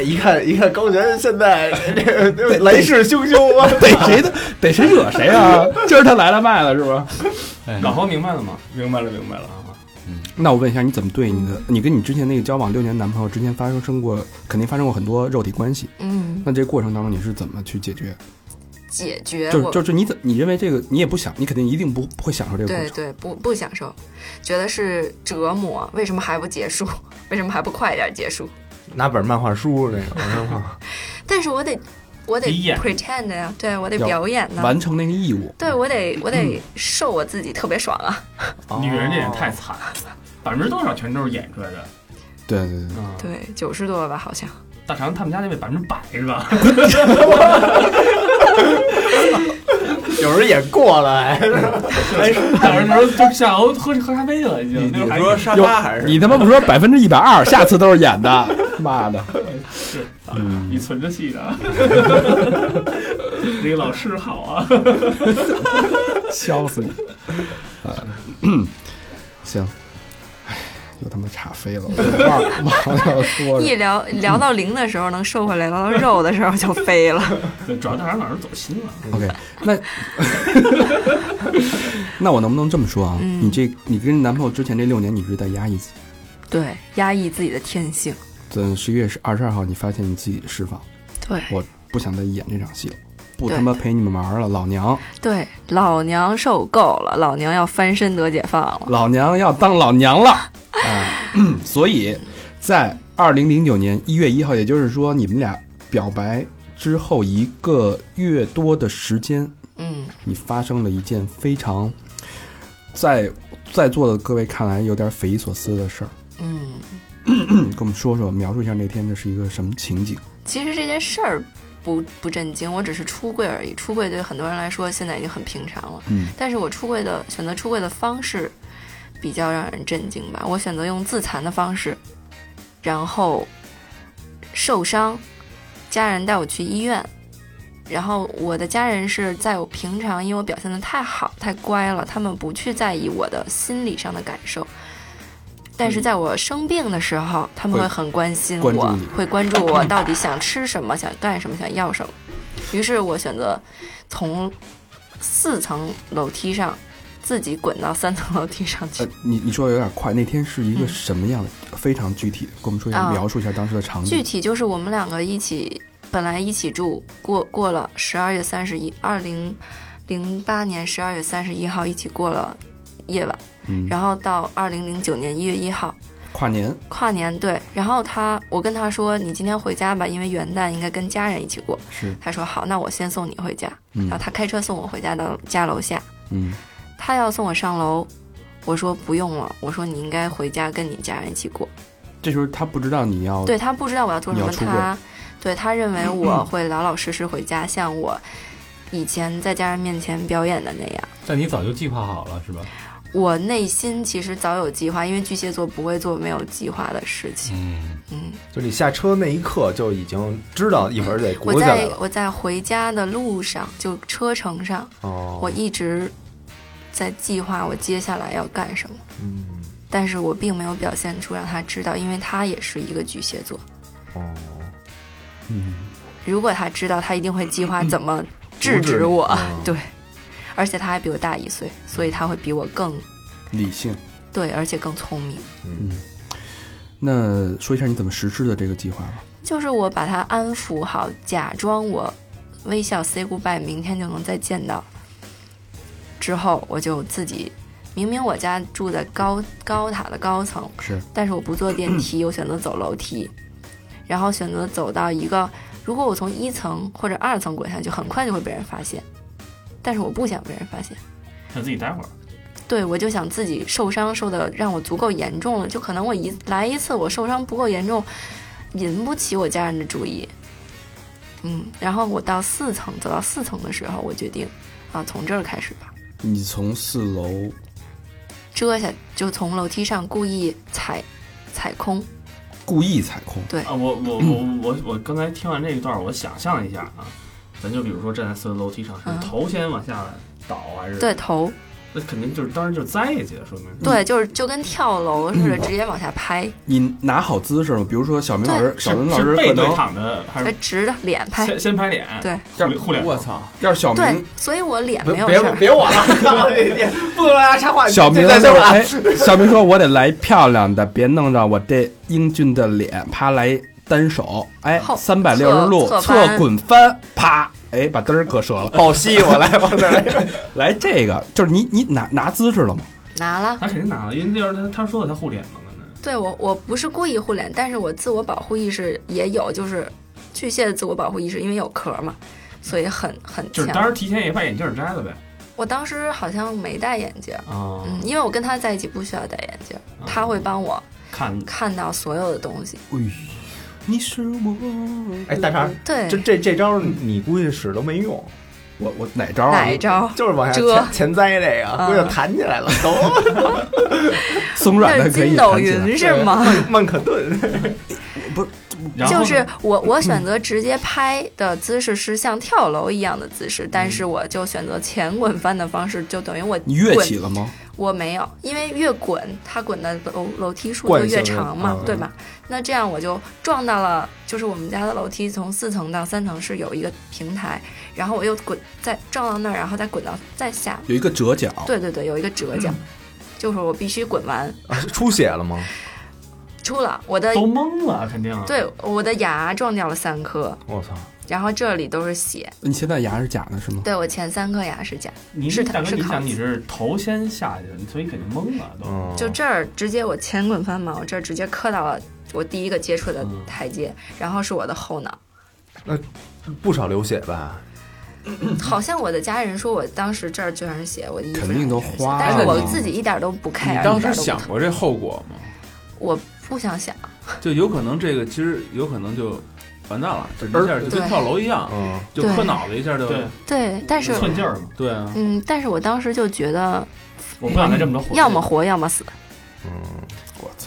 [SPEAKER 7] 一看一看高璇现 在这这来势汹 汹啊，
[SPEAKER 3] 逮谁的逮谁惹谁 啊？今儿他来了卖了是吧？
[SPEAKER 6] 哎
[SPEAKER 5] 老何明白了吗？
[SPEAKER 2] 明白了，明白了。
[SPEAKER 5] 啊，
[SPEAKER 3] 那我问一下，你怎么对你的？你跟你之前那个交往六年男朋友之间发生过，肯定发生过很多肉体关系。
[SPEAKER 8] 嗯，
[SPEAKER 3] 那这过程当中你是怎么去解决？
[SPEAKER 8] 解决
[SPEAKER 3] 就
[SPEAKER 8] 哎我
[SPEAKER 3] 就是你怎你认为这个你也不想，你肯定一定不不会享受这个过
[SPEAKER 8] 对
[SPEAKER 3] 程。
[SPEAKER 8] 对不不享受，觉得是折磨，为什么还不结束？ 为什么还不快点结束？
[SPEAKER 7] 拿本漫画书那个，
[SPEAKER 8] 但是我得我得
[SPEAKER 5] 演
[SPEAKER 8] pretend 呀、对我得
[SPEAKER 3] 要
[SPEAKER 8] 表演呢、
[SPEAKER 3] 完成那个义务，
[SPEAKER 8] 对我得我得受我自己特别爽啊！
[SPEAKER 5] 女人这也太惨了，百分之多少全都是演出来的。
[SPEAKER 3] 对对对对，
[SPEAKER 5] 嗯，
[SPEAKER 8] 对，九十多吧，好像
[SPEAKER 5] 大肠他们家那位百分之百是 吧？
[SPEAKER 7] 有人也过来，
[SPEAKER 5] 哎 百分之多就下楼喝喝咖啡去了，已
[SPEAKER 2] 你
[SPEAKER 5] 经。
[SPEAKER 2] 你说沙
[SPEAKER 3] 有
[SPEAKER 2] 发还是
[SPEAKER 3] 你他妈不说百分之一百二，下次都是演的，妈的！
[SPEAKER 5] 你存着气 的，这个老师好啊。
[SPEAKER 3] 笑死你！啊，行，哎，又他妈岔飞了，我都忘了忘了要说了。
[SPEAKER 8] 一聊聊到零的时候能瘦回来，聊到肉的时候就飞了。
[SPEAKER 5] 对，主要大肠老师走心了。
[SPEAKER 3] OK，那 那我能不能这么说啊？
[SPEAKER 8] 嗯
[SPEAKER 3] 你这你跟男朋友之前这六年，你是在压抑自己。呃
[SPEAKER 8] 对，压抑自己的天性。
[SPEAKER 3] 等十一月二十二号，你发现你自己释放，
[SPEAKER 8] 对
[SPEAKER 3] 我不想再演这场戏了，不他妈陪你们玩了，老娘
[SPEAKER 8] 对，老娘受够了，老娘要翻身得解放了。
[SPEAKER 3] 老娘要当老娘了。哎， 所以在二零零九年一月一号，也就是说你们俩表白之后一个月多的时间，
[SPEAKER 8] 嗯，
[SPEAKER 3] 你发生了一件非常在在座的各位看来有点匪夷所思的事儿。
[SPEAKER 8] 嗯，
[SPEAKER 3] 嗯跟我们说说，描述一下那天这是一个什么情景？
[SPEAKER 8] 其实这件事儿不不震惊，我只是出柜而已。出柜对很多人来说现在已经很平常了，
[SPEAKER 3] 嗯，
[SPEAKER 8] 但是我出柜的选择出柜的方式比较让人震惊吧。我选择用自残的方式，然后受伤，家人带我去医院。然后我的家人是在我平常，因为我表现的太好、太乖了，他们不去在意我的心理上的感受。但是在我生病的时候，他
[SPEAKER 3] 嗯
[SPEAKER 8] 们
[SPEAKER 3] 会
[SPEAKER 8] 会很关心
[SPEAKER 3] 关注
[SPEAKER 8] 我
[SPEAKER 3] 你，
[SPEAKER 8] 会关注我到底想吃什么、想干什么、想要什么。于是我选择从四层楼梯上自己滚到三层楼梯上去
[SPEAKER 3] 呃。，你你说的有点快，那天是一个
[SPEAKER 8] 嗯
[SPEAKER 3] 什么样的？非常具体，跟我们说一下，
[SPEAKER 8] 啊
[SPEAKER 3] 描述一下当时的场景。
[SPEAKER 8] 具体就是我们两个一起，本来一起住，过过了十二月三十一，二零零八年十二月三十一号一起过了夜晚，
[SPEAKER 3] 嗯，
[SPEAKER 8] 然后到二零零九年一月一号
[SPEAKER 3] 跨年，
[SPEAKER 8] 跨年，对，然后他我跟他说你今天回家吧，因为元旦应该跟家人一起过，
[SPEAKER 3] 是
[SPEAKER 8] 他说好，那我先送你回家，
[SPEAKER 3] 嗯
[SPEAKER 8] 然后他开车送我回家到家楼下，
[SPEAKER 3] 嗯，
[SPEAKER 8] 他要送我上楼，我说不用了，我说你应该回家跟你家人一起过。
[SPEAKER 3] 这时候他不知道你要
[SPEAKER 8] 对他不知道我要做什么，
[SPEAKER 3] 哦你要出
[SPEAKER 8] 他对他认 为我会老老实实回家，像我以前在家人面前表演的那样。
[SPEAKER 6] 但你早就计划好了是吧？
[SPEAKER 8] 我内心其实早有计划，因为巨蟹座不会做没有计划的事情。
[SPEAKER 6] 嗯，
[SPEAKER 8] 嗯，
[SPEAKER 7] 就你下车那一刻就已经知道一会儿得
[SPEAKER 8] 我
[SPEAKER 7] 轱辘下来
[SPEAKER 8] 在
[SPEAKER 7] 了。
[SPEAKER 8] 我在回家的路上，就车程上，
[SPEAKER 7] 哦，
[SPEAKER 8] 我一直在计划我接下来要干什么，
[SPEAKER 7] 嗯，
[SPEAKER 8] 但是我并没有表现出让他知道，因为他也是一个巨蟹座。嗯
[SPEAKER 7] 哦，
[SPEAKER 8] 如果他知道，他一定会计划怎么制
[SPEAKER 7] 嗯阻止你
[SPEAKER 8] 止我。
[SPEAKER 7] 嗯
[SPEAKER 8] 对，而且他还比我大一岁，所以他会比我更
[SPEAKER 3] 理性。
[SPEAKER 8] 对，而且更聪明。
[SPEAKER 3] 那说一下你怎么实施的这个计划吧。
[SPEAKER 8] 就是我把他安抚好，假装我微笑 say goodbye，明天就能再见到。之后我就自己，明明我家住在高高塔的高层，
[SPEAKER 3] 是，
[SPEAKER 8] 但是我不坐电梯，我选择走楼梯，然后选择走到一个，如果我从一层或者二层滚下去，很快就会被人发现，但是我不想被人发现。
[SPEAKER 5] 他自己待会儿。
[SPEAKER 8] 对，我就想自己受伤受的让我足够严重了，就可能我一来一次我受伤不够严重，引不起我家人的注意。嗯，然后我到四层，走到四层的时候，我决定啊，从这儿开始吧，
[SPEAKER 3] 你从四楼
[SPEAKER 8] 遮下就从楼梯上故意踩踩空，
[SPEAKER 3] 故意踩空，
[SPEAKER 8] 对
[SPEAKER 5] 啊，我我我我我刚才听完这一段，我想象一下啊，咱就比如说站在四楼楼梯上，
[SPEAKER 8] 嗯
[SPEAKER 5] 是头先往下倒啊还是？
[SPEAKER 8] 对，头，
[SPEAKER 5] 那肯定就是当时就栽下去了，说明是。
[SPEAKER 8] 对，就是就跟跳楼似的，直接往下拍，
[SPEAKER 3] 你拿好姿势吗？比如说小明老师，小明老
[SPEAKER 5] 是
[SPEAKER 3] 师
[SPEAKER 5] 背
[SPEAKER 3] 可
[SPEAKER 5] 对
[SPEAKER 3] 能
[SPEAKER 5] 躺着还嗯
[SPEAKER 8] 呃
[SPEAKER 5] 是
[SPEAKER 8] 直着脸拍，
[SPEAKER 5] 先先拍脸？
[SPEAKER 8] 对
[SPEAKER 5] 互，互脸。
[SPEAKER 2] 我操，
[SPEAKER 3] 要是小
[SPEAKER 8] 对
[SPEAKER 3] 明，，
[SPEAKER 8] 所以我脸没
[SPEAKER 7] 别
[SPEAKER 8] 有
[SPEAKER 7] 别
[SPEAKER 8] 事儿，
[SPEAKER 7] 别我 了，不能让大家 插话。
[SPEAKER 3] 小明
[SPEAKER 7] 再再
[SPEAKER 3] 说
[SPEAKER 7] 说啊
[SPEAKER 3] 哎，小明说我得来漂亮的，别弄着我这英俊的脸，啪来单手，哎，
[SPEAKER 8] 后
[SPEAKER 3] 三百六十度
[SPEAKER 8] 侧侧翻
[SPEAKER 3] 侧滚翻，啪，哎，把嘚儿搁折了。
[SPEAKER 7] 抱膝，我来，我再来。
[SPEAKER 3] 来这个就是你你拿拿姿势了吗？
[SPEAKER 8] 拿了。
[SPEAKER 5] 他肯定拿了，因为那时候他他说的他护脸嘛，可能。
[SPEAKER 8] 对我，我不是故意护脸，但是我自我保护意识也有，就是巨蟹的自我保护意识，因为有壳嘛，所以很很
[SPEAKER 5] 就是当
[SPEAKER 8] 强。
[SPEAKER 5] 时提前也把眼镜摘了呗。
[SPEAKER 8] 我当时好像没戴眼镜，
[SPEAKER 5] 啊
[SPEAKER 8] 嗯，因为我跟他在一起不需要戴眼镜，他会帮我
[SPEAKER 5] 看
[SPEAKER 8] 看到所有的东西。
[SPEAKER 3] 哎，你是我，
[SPEAKER 7] 哎，大肠，
[SPEAKER 8] 对
[SPEAKER 7] 这，这这招你估计使都没用，
[SPEAKER 3] 我我哪招啊
[SPEAKER 8] 哪？一招？
[SPEAKER 7] 就是往下
[SPEAKER 8] 遮
[SPEAKER 7] 前前栽这个，
[SPEAKER 8] 嗯
[SPEAKER 7] 估计就弹起来了，走，
[SPEAKER 3] 松软
[SPEAKER 8] 那
[SPEAKER 3] 的
[SPEAKER 8] 是
[SPEAKER 3] 可以
[SPEAKER 8] 筋斗
[SPEAKER 3] 弹起来。
[SPEAKER 8] 云是吗？
[SPEAKER 7] 曼可顿。
[SPEAKER 5] 然后呢
[SPEAKER 8] 就是我，我选择直接拍的姿势是像跳楼一样的姿势，但
[SPEAKER 5] 嗯
[SPEAKER 8] 是我就选择前滚翻的方式，就等于我
[SPEAKER 3] 你跃
[SPEAKER 8] 滚
[SPEAKER 3] 起了吗？
[SPEAKER 8] 我没有，因为越滚，它滚的楼楼梯数
[SPEAKER 7] 惯
[SPEAKER 8] 就越
[SPEAKER 7] 性的
[SPEAKER 8] 长嘛，
[SPEAKER 7] 嗯
[SPEAKER 8] 对吧？那这样我就撞到了，就是我们家的楼梯从四层到三层是有一个平台，然后我又滚再撞到那儿，然后再滚到再下，
[SPEAKER 3] 有一个折角，
[SPEAKER 8] 对对对，有一个折
[SPEAKER 7] 嗯
[SPEAKER 8] 角，就是我必须滚完
[SPEAKER 7] 啊出血了吗？
[SPEAKER 8] 出了我的
[SPEAKER 5] 都懵了，肯定。啊
[SPEAKER 8] 对我的牙撞掉了三颗，
[SPEAKER 7] 我操！
[SPEAKER 8] 然后这里都是血。
[SPEAKER 3] 你现在牙是假的是吗？
[SPEAKER 8] 对我前三颗牙是假，
[SPEAKER 7] 哦
[SPEAKER 5] 你
[SPEAKER 8] 是
[SPEAKER 5] 大哥，
[SPEAKER 8] 是
[SPEAKER 5] 你
[SPEAKER 8] 烤
[SPEAKER 5] 想
[SPEAKER 8] 鸡
[SPEAKER 5] 你是头先下去的，所以肯定懵了都。
[SPEAKER 7] 嗯，
[SPEAKER 8] 就这儿直接我前滚翻毛，这儿直接磕到了我第一个接触的
[SPEAKER 7] 嗯
[SPEAKER 8] 台阶，然后是我的后脑。
[SPEAKER 7] 不少流血吧？
[SPEAKER 8] 好像我的家人说我当时这儿居然是血，我的衣服
[SPEAKER 3] 肯定都
[SPEAKER 8] 上
[SPEAKER 3] 花
[SPEAKER 8] 但是
[SPEAKER 2] 了
[SPEAKER 8] 我
[SPEAKER 2] 你
[SPEAKER 8] 自己一点都不 care，
[SPEAKER 2] 你
[SPEAKER 8] 一
[SPEAKER 2] 当
[SPEAKER 8] 点
[SPEAKER 2] 时
[SPEAKER 8] 都不
[SPEAKER 2] 想
[SPEAKER 8] 疼
[SPEAKER 2] 过这后果吗？
[SPEAKER 8] 我不想想，
[SPEAKER 2] 就有可能这个其实有可能就完蛋了，就
[SPEAKER 3] 而
[SPEAKER 2] 一下就跟
[SPEAKER 8] 对
[SPEAKER 2] 跳楼一样，
[SPEAKER 7] 嗯，
[SPEAKER 2] 就
[SPEAKER 8] 对
[SPEAKER 2] 磕脑袋一下就
[SPEAKER 5] 对，
[SPEAKER 8] 对，但是
[SPEAKER 5] 寸劲儿嘛，
[SPEAKER 2] 对啊，
[SPEAKER 8] 嗯，但是我当时就觉得
[SPEAKER 5] 我不想再这么着活。
[SPEAKER 8] 要么，活要么死，
[SPEAKER 3] 啊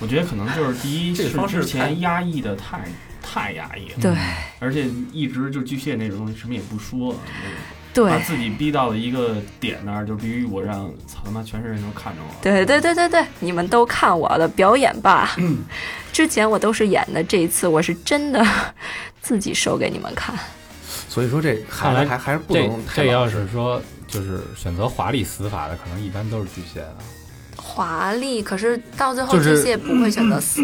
[SPEAKER 5] 我觉得可能就是第一
[SPEAKER 2] 这个
[SPEAKER 5] 是
[SPEAKER 2] 方式
[SPEAKER 5] 之
[SPEAKER 2] 太
[SPEAKER 5] 前压抑的太太压抑了，
[SPEAKER 8] 对
[SPEAKER 5] 而且一直就巨蟹那种东西什么也不说，那种把
[SPEAKER 8] 对
[SPEAKER 5] 自己逼到了一个点那儿，就必须我让操他妈全世界都看着我。
[SPEAKER 8] 对对对对对，你们都看我的表演吧。
[SPEAKER 3] 嗯
[SPEAKER 8] 之前我都是演的，这一次我是真的自己手给你们看。
[SPEAKER 7] 所以说这
[SPEAKER 6] 看
[SPEAKER 7] 孩
[SPEAKER 6] 来
[SPEAKER 7] 子还还是不
[SPEAKER 6] 这
[SPEAKER 7] 能太
[SPEAKER 6] 这
[SPEAKER 7] 老
[SPEAKER 6] 要是说就是选择华丽死法的，可能一般都是巨蟹的。
[SPEAKER 8] 华丽，可是到最后
[SPEAKER 3] 就
[SPEAKER 8] 这
[SPEAKER 3] 是
[SPEAKER 8] 些不会选择死。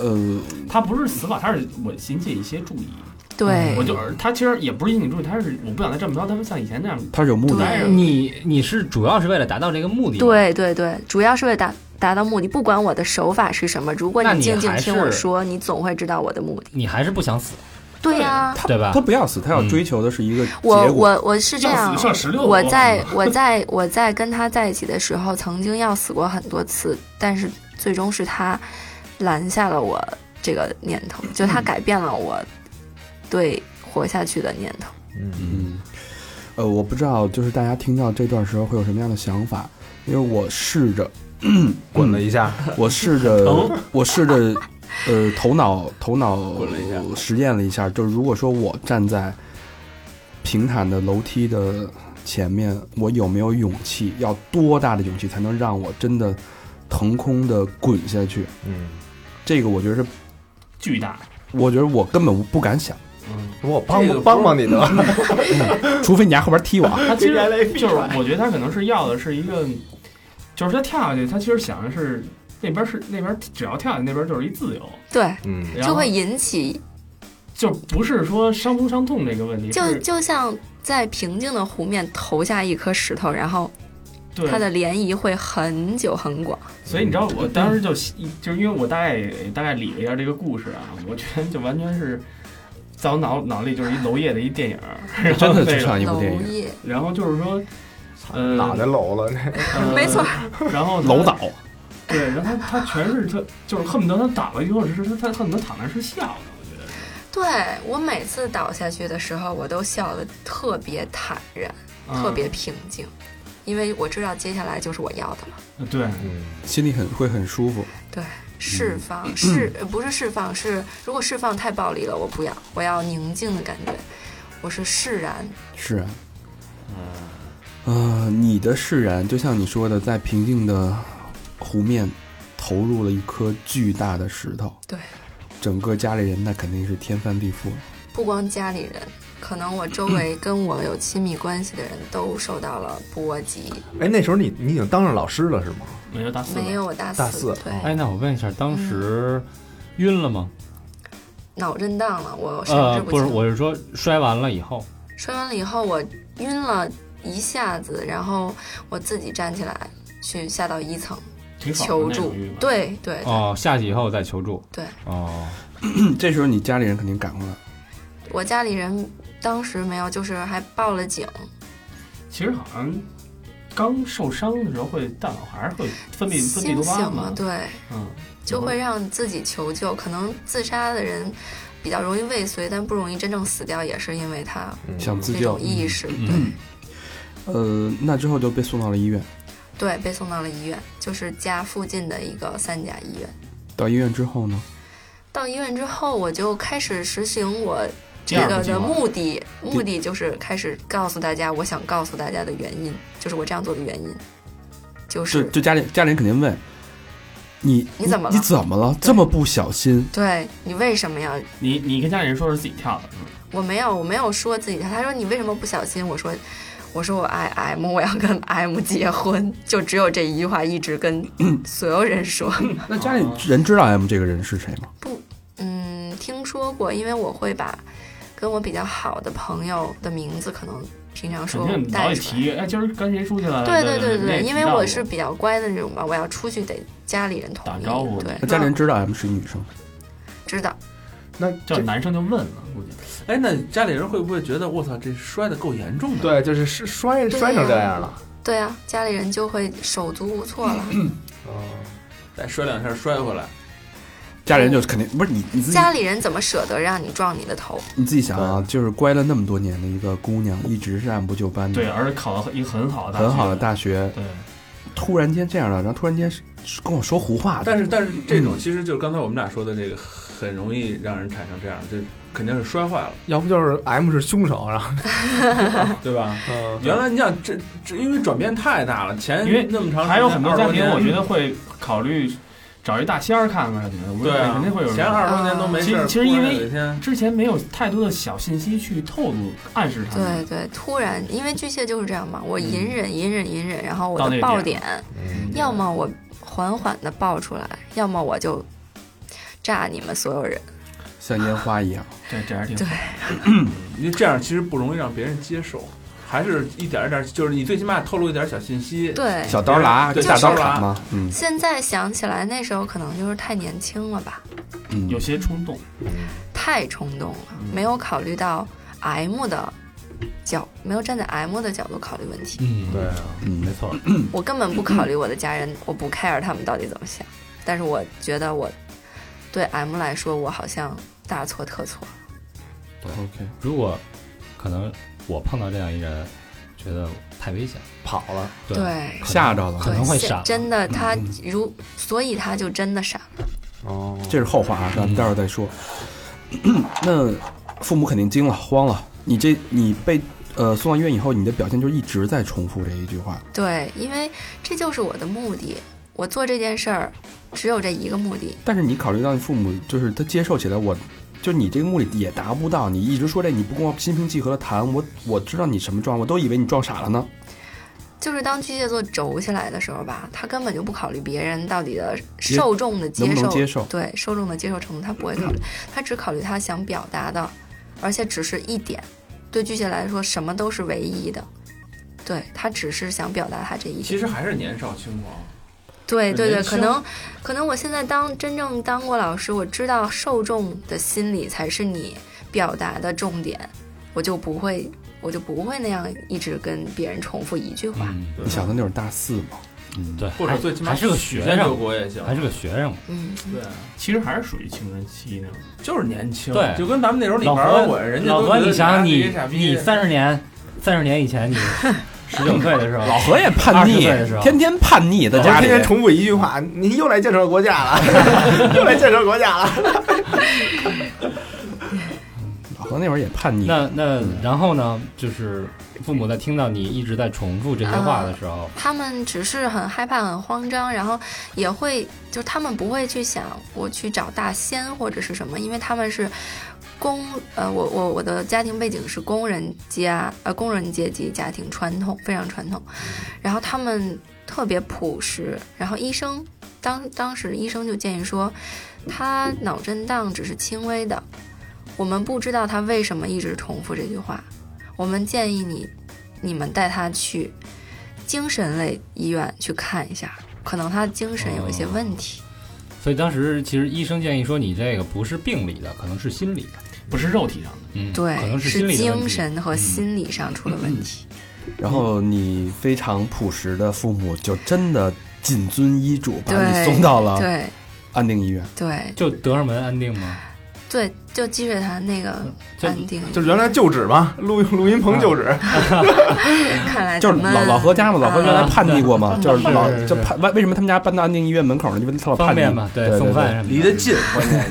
[SPEAKER 3] 呃，
[SPEAKER 5] 他不是死法，他是我引起一些注意。
[SPEAKER 3] 嗯
[SPEAKER 8] 对
[SPEAKER 5] 我就他其实也不是引起注意，他是我不想再这么着，他们像以前那样。
[SPEAKER 3] 它是有目的
[SPEAKER 2] 哎
[SPEAKER 3] 的。
[SPEAKER 8] 对
[SPEAKER 6] 你你是主要是为了达到这个目的吗，
[SPEAKER 8] 对对对，主要是为达达到目的。不管我的手法是什么，如果
[SPEAKER 6] 那你
[SPEAKER 8] 静静
[SPEAKER 6] 还
[SPEAKER 8] 听我
[SPEAKER 6] 是
[SPEAKER 8] 说，你总会知道我的目的。
[SPEAKER 6] 你还是不想死，
[SPEAKER 8] 对呀、
[SPEAKER 3] 他
[SPEAKER 6] 对吧
[SPEAKER 3] 他不要死，他要
[SPEAKER 6] 嗯
[SPEAKER 3] 追求的是一个结
[SPEAKER 8] 我
[SPEAKER 3] 果。
[SPEAKER 8] 我我是这样
[SPEAKER 5] 要死上16，多
[SPEAKER 8] 我 在我在我在跟他在一起的时候，曾经要死过很多次，但是最终是他拦下了我这个念头，就他改变了我对活下去的念头。
[SPEAKER 3] 嗯，呃，我不知道，就是大家听到这段时候会有什么样的想法，因为我试着，
[SPEAKER 7] 滚了一下，
[SPEAKER 3] 我试着，我试着，呃，头脑头脑实验了一下，就是如果说我站在平坦的楼梯的前面，我有没有勇气？要多大的勇气才能让我真的腾空的滚下去？
[SPEAKER 7] 嗯，
[SPEAKER 3] 这个我觉得是，
[SPEAKER 5] 巨大，
[SPEAKER 3] 我觉得我根本不敢想，
[SPEAKER 5] 嗯，
[SPEAKER 7] 我帮
[SPEAKER 2] 这个不是
[SPEAKER 7] 帮帮你 得了，
[SPEAKER 3] 除非你家后边踢我啊。
[SPEAKER 5] 他其实就是我觉得他可能是要的是一个，就是他跳下去，他其实想的是那边是那边只要跳下去那边就是一自由，
[SPEAKER 8] 对，
[SPEAKER 7] 嗯，
[SPEAKER 5] 然
[SPEAKER 8] 就
[SPEAKER 5] 后
[SPEAKER 8] 会引起，
[SPEAKER 5] 就不是说伤不伤痛这个问题，
[SPEAKER 8] 就是就像在平静的湖面投下一颗石头，然后
[SPEAKER 5] 对
[SPEAKER 8] 它的涟漪会很久很广。
[SPEAKER 5] 所以你知道，我当时就就是因为我大概大概理了一下这个故事啊，我觉得就完全是在我脑脑里就是一娄烨的一电影儿，然后
[SPEAKER 3] 真的
[SPEAKER 5] 那
[SPEAKER 3] 就
[SPEAKER 5] 个，
[SPEAKER 3] 像一部
[SPEAKER 8] 娄
[SPEAKER 3] 电影，
[SPEAKER 8] 烨，
[SPEAKER 5] 然后就是说，呃，
[SPEAKER 7] 脑袋楼了，
[SPEAKER 5] 呃
[SPEAKER 8] 没错，
[SPEAKER 5] 然后
[SPEAKER 3] 楼倒，
[SPEAKER 5] 对，然后他他全是他就是恨不得他倒了以后是他他恨不得躺那儿是笑的，我觉得是
[SPEAKER 8] 对我每次倒下去的时候，我都笑得特别坦然，
[SPEAKER 5] 嗯
[SPEAKER 8] 特别平静，因为我知道接下来就是我要的了。
[SPEAKER 5] 嗯对，
[SPEAKER 7] 嗯，
[SPEAKER 3] 心里很会很舒服。
[SPEAKER 8] 释放释呃不是释放，是如果释放太暴力了，我不要，我要宁静的感觉，我是释然。
[SPEAKER 3] 是啊，呃，你的释然就像你说的，在平静的湖面投入了一颗巨大的石头，
[SPEAKER 8] 对，
[SPEAKER 3] 整个家里人那肯定是天翻地覆了。
[SPEAKER 8] 不光家里人，可能我周围跟我有亲密关系的人都受到了波及。
[SPEAKER 7] 哎，那时候你你已经当上老师了是吗？
[SPEAKER 5] 没有大四，
[SPEAKER 8] 没，有我大四，
[SPEAKER 7] 大四
[SPEAKER 8] 对，
[SPEAKER 7] 哦
[SPEAKER 6] 哎，那我问一下，当时晕了吗？
[SPEAKER 8] 脑震荡了，我神
[SPEAKER 6] 呃，
[SPEAKER 8] 志
[SPEAKER 6] 不
[SPEAKER 8] 清。
[SPEAKER 6] 是，我是说摔完了以后，
[SPEAKER 8] 摔完了以后，我晕了一下子，然后我自己站起来去下到一层
[SPEAKER 5] 挺爽的
[SPEAKER 8] 求
[SPEAKER 5] 那
[SPEAKER 8] 助
[SPEAKER 5] 种欲。望，
[SPEAKER 8] 对对对，
[SPEAKER 6] 哦，下去以后再求助。
[SPEAKER 8] 对，
[SPEAKER 6] 哦，
[SPEAKER 3] 嗯这时候你家里人肯定赶过来，
[SPEAKER 8] 我家里人当时没有，就是还报了警。
[SPEAKER 5] 其实好像刚受伤的时候会大脑还是会分泌分泌
[SPEAKER 8] 清
[SPEAKER 5] 多巴胺
[SPEAKER 8] 醒了
[SPEAKER 5] 嘛，，
[SPEAKER 8] 对，
[SPEAKER 5] 嗯，
[SPEAKER 8] 就会让自己求救。可能自杀的人比较容易未遂，但不容易真正死掉，也是因为他
[SPEAKER 7] 嗯
[SPEAKER 3] 想自
[SPEAKER 8] 这
[SPEAKER 3] 救
[SPEAKER 8] 种。意识。
[SPEAKER 6] 嗯
[SPEAKER 3] 呃，那之后就被送到了医院。
[SPEAKER 8] 对，被送到了医院，就是家附近的一个三甲医院。
[SPEAKER 3] 到医院之后呢，
[SPEAKER 8] 到医院之后，我就开始实行我
[SPEAKER 5] 第
[SPEAKER 8] 这
[SPEAKER 5] 二
[SPEAKER 8] 个
[SPEAKER 5] 个计
[SPEAKER 8] 的
[SPEAKER 5] 划
[SPEAKER 8] 目的，目的就是开始告诉大家我想告诉大家的原因，就是我这样做的原因，就
[SPEAKER 3] 就是就家里家里人肯定问你
[SPEAKER 8] 你怎么了
[SPEAKER 3] 你怎么了？这么不小心，
[SPEAKER 8] 对你为什么呀？
[SPEAKER 5] 你你跟家里人说是自己跳的，嗯
[SPEAKER 8] 我没有，我没有说自己，他说你为什么不小心？我说。我说我爱 M，我要跟 M 结婚，就只有这一句话一直跟
[SPEAKER 5] 嗯
[SPEAKER 8] 所有人说。
[SPEAKER 3] 那家
[SPEAKER 8] 呃
[SPEAKER 3] 里人知道 M 这个人是谁吗？
[SPEAKER 8] 嗯，听说过，因为我会把跟我比较好的朋友的名字可能平常说
[SPEAKER 5] 肯
[SPEAKER 8] 我
[SPEAKER 5] 定
[SPEAKER 8] 们
[SPEAKER 5] 你早
[SPEAKER 8] 带
[SPEAKER 5] 得
[SPEAKER 8] 出来。
[SPEAKER 5] 提，哎，今儿跟谁出去了？
[SPEAKER 8] 对对对
[SPEAKER 5] 那也
[SPEAKER 8] 对，
[SPEAKER 5] 提
[SPEAKER 8] 因为
[SPEAKER 5] 到
[SPEAKER 8] 我
[SPEAKER 5] 过
[SPEAKER 8] 是比较乖的那种吧，我要出去得家里人同
[SPEAKER 5] 打
[SPEAKER 8] 意
[SPEAKER 5] 招呼，
[SPEAKER 8] 对
[SPEAKER 3] 那，家里人知道 M 是一女生，
[SPEAKER 8] 知道。
[SPEAKER 5] 叫男生就问了，估计
[SPEAKER 2] 哎，那家里人会不会觉得我操这摔的够严重的？
[SPEAKER 7] 对，就是是摔
[SPEAKER 8] 对
[SPEAKER 7] 摔成这样了。
[SPEAKER 8] 对啊，家里人就会手足无措 了。
[SPEAKER 2] 再摔两下摔回来，
[SPEAKER 3] 家里人就肯定不是你你自己
[SPEAKER 8] 家里人怎么舍得让你撞你的头？
[SPEAKER 5] 嗯
[SPEAKER 3] 你自己想啊，就是乖了那么多年的一个姑娘，一直是按部就班的，
[SPEAKER 5] 对，而且考了一个很好的大学
[SPEAKER 3] 很好的大学，
[SPEAKER 5] 对，
[SPEAKER 3] 突然间这样了，然后突然间是是跟我说胡话的，
[SPEAKER 2] 但是但是这
[SPEAKER 7] 嗯
[SPEAKER 2] 种其实就是刚才我们俩说的这个，很容易让人产生这样，这肯定是摔坏了，
[SPEAKER 7] 要不就是 M 是凶手，然后
[SPEAKER 2] 对吧？
[SPEAKER 7] 嗯
[SPEAKER 2] 原来你想这这因为转变太大了，前
[SPEAKER 5] 因为
[SPEAKER 2] 那么长时间
[SPEAKER 5] 还有很多家
[SPEAKER 2] 20
[SPEAKER 5] 庭，
[SPEAKER 2] 年
[SPEAKER 5] 我觉得会考虑找一大仙儿看看什么的，我觉
[SPEAKER 2] 对
[SPEAKER 5] 得
[SPEAKER 2] 啊，
[SPEAKER 5] 肯定会有人
[SPEAKER 2] 前二十多年都没事儿，
[SPEAKER 5] 其实其实因为
[SPEAKER 2] 突然有一天
[SPEAKER 5] 之前没有太多的小信息去透露暗示他
[SPEAKER 8] 对
[SPEAKER 5] 们，
[SPEAKER 8] 对，突然，因为巨蟹就是这样嘛，我隐忍、隐忍、隐忍，然
[SPEAKER 5] 嗯
[SPEAKER 8] 后
[SPEAKER 5] 到
[SPEAKER 8] 我
[SPEAKER 5] 那
[SPEAKER 8] 的
[SPEAKER 5] 个
[SPEAKER 8] 爆
[SPEAKER 5] 点嗯
[SPEAKER 8] 点，要么我缓缓的爆出来，要么我就炸你们所有人。
[SPEAKER 3] 像烟花一样。
[SPEAKER 5] 这这还是挺
[SPEAKER 8] 对
[SPEAKER 2] 你这样其实不容易让别人接受，还是一点儿一点儿，就是你最起码透露一点儿小信息。
[SPEAKER 8] 哎对，
[SPEAKER 3] 小刀剌
[SPEAKER 2] 对
[SPEAKER 3] 跟大
[SPEAKER 8] 小
[SPEAKER 3] 刀
[SPEAKER 8] 刀
[SPEAKER 2] 剌
[SPEAKER 3] 砍嘛，嗯
[SPEAKER 8] 现在想起来，那时候可能就是太年轻了吧，
[SPEAKER 3] 嗯，
[SPEAKER 5] 有些冲动，
[SPEAKER 8] 太冲动了，没有考虑到 M 的角，没有站在 M 的角度考虑问题。
[SPEAKER 6] 嗯，对，
[SPEAKER 3] 嗯
[SPEAKER 6] 没，错，
[SPEAKER 8] 我根本不考虑我的家人，我不 care 他们到底怎么想。但是我觉得我对 M 来说，我好像大错特错。
[SPEAKER 3] OK，
[SPEAKER 6] 如果可能我碰到这样一人，觉得太危险，
[SPEAKER 7] 跑了，
[SPEAKER 6] 对，
[SPEAKER 8] 对
[SPEAKER 3] 吓着了，
[SPEAKER 6] 可能会
[SPEAKER 8] 对
[SPEAKER 6] 闪了
[SPEAKER 8] 真的，他如所以他就真的傻了。
[SPEAKER 7] 哦，
[SPEAKER 3] 这是后话啊，咱们待会儿再说。 那父母肯定惊了，慌了。你这你被呃送到医院以后，你的表现就一直在重复这一句话，
[SPEAKER 8] 对，因为这就是我的目的，我做这件事儿只有这一个目的。
[SPEAKER 3] 但是你考虑到你父母，就是他接受起来我。就是你这个目的也达不到，你一直说这，你不跟我心平气和的谈，我我知道你什么状况，我都以为你撞傻了呢。
[SPEAKER 8] 就是当巨蟹座轴起来的时候吧，他根本就不考虑别人到底的受众的接受，
[SPEAKER 3] 能不能接受嗯
[SPEAKER 8] 对受众的接受程度，他不会考虑，他只考虑他想表达的，而且只是一点。对巨蟹来说，什么都是唯一的，对他只是想表达他这一点。
[SPEAKER 2] 其实还是年少轻狂，
[SPEAKER 8] 对
[SPEAKER 2] 很
[SPEAKER 8] 对对，
[SPEAKER 2] 年
[SPEAKER 8] 可
[SPEAKER 2] 轻
[SPEAKER 8] 能可能我现在当真正当过老师，我知道受众的心理才是你表达的重点，我就不会我就不会那样一直跟别人重复一句话。
[SPEAKER 6] 嗯，
[SPEAKER 3] 你小子那会儿大四嘛，
[SPEAKER 6] 对，
[SPEAKER 2] 或者最起码
[SPEAKER 6] 还是个
[SPEAKER 2] 许
[SPEAKER 6] 学
[SPEAKER 2] 愿救
[SPEAKER 6] 生，
[SPEAKER 2] 国也行，
[SPEAKER 6] 还是个学生，
[SPEAKER 8] 嗯，
[SPEAKER 2] 对，啊
[SPEAKER 5] 其实还是属于青春期那种。
[SPEAKER 2] 就是年轻，
[SPEAKER 6] 对
[SPEAKER 2] 就跟咱们那时候你
[SPEAKER 6] 老
[SPEAKER 2] 玩摇
[SPEAKER 6] 何，
[SPEAKER 2] 滚，人家
[SPEAKER 6] 老
[SPEAKER 2] 都
[SPEAKER 6] 何，
[SPEAKER 2] 觉得
[SPEAKER 6] 你想想
[SPEAKER 2] 是
[SPEAKER 6] 你
[SPEAKER 2] 一傻逼
[SPEAKER 6] 你三十年三十年以 前你十九岁的时候，老
[SPEAKER 3] 何也叛
[SPEAKER 6] 20
[SPEAKER 3] 逆
[SPEAKER 6] 岁的时，候
[SPEAKER 3] 天天叛逆在
[SPEAKER 7] 我
[SPEAKER 3] 家
[SPEAKER 7] 天
[SPEAKER 3] 里，
[SPEAKER 7] 天重复一句话，您又来建设国家了， 又来建设国家了。
[SPEAKER 3] 老何那会儿也叛逆，
[SPEAKER 6] 那那然后呢，就是父母在听到你一直在重复这些话的时候，
[SPEAKER 8] 他们只是很害怕、很慌张，然后也会就是他们不会去想我去找大仙或者是什么，因为他们是工呃，我我我的家庭背景是工人家呃工人阶级家庭，传统非常传统，然后他们特别朴实，然后医生当当时医生就建议说，他脑震荡只是轻微的，我们不知道他为什么一直重复这句话，我们建议你你们带他去。精神类医院去看一下，可能他的精神有一
[SPEAKER 6] 哦
[SPEAKER 8] 些问题。
[SPEAKER 6] 所以当时其实医生建议说你这个不是病理的，可能是心理的，
[SPEAKER 5] 不是肉体上的，
[SPEAKER 6] 嗯，
[SPEAKER 8] 对
[SPEAKER 6] 可，能
[SPEAKER 8] 是
[SPEAKER 6] 心理的问
[SPEAKER 8] 精
[SPEAKER 6] 题。嗯
[SPEAKER 8] 神和心理上出了问题。
[SPEAKER 3] 然后你非常朴实的父母就真的谨遵医嘱，把你
[SPEAKER 8] 对
[SPEAKER 3] 送到了
[SPEAKER 8] 对
[SPEAKER 3] 安定医院。
[SPEAKER 8] 对
[SPEAKER 6] 就德胜门安定吗？
[SPEAKER 8] 对，就积水潭那个呃
[SPEAKER 6] 就
[SPEAKER 8] 安定，
[SPEAKER 7] 就是嗯原来旧址嘛，录录音棚旧
[SPEAKER 2] 啊
[SPEAKER 7] 址，
[SPEAKER 8] 看来
[SPEAKER 3] 就是
[SPEAKER 8] 咱们
[SPEAKER 3] 老老何家嘛，老何原来
[SPEAKER 8] 嗯
[SPEAKER 6] 啊
[SPEAKER 3] 叛逆过嘛，就是老
[SPEAKER 6] 是是
[SPEAKER 3] 就叛为为什么他们家搬到安定医院门口呢？因为他老
[SPEAKER 6] 方
[SPEAKER 3] 叛逆
[SPEAKER 6] 便嘛，
[SPEAKER 3] 哦对对
[SPEAKER 6] 送饭什么的。
[SPEAKER 2] 离得近，关键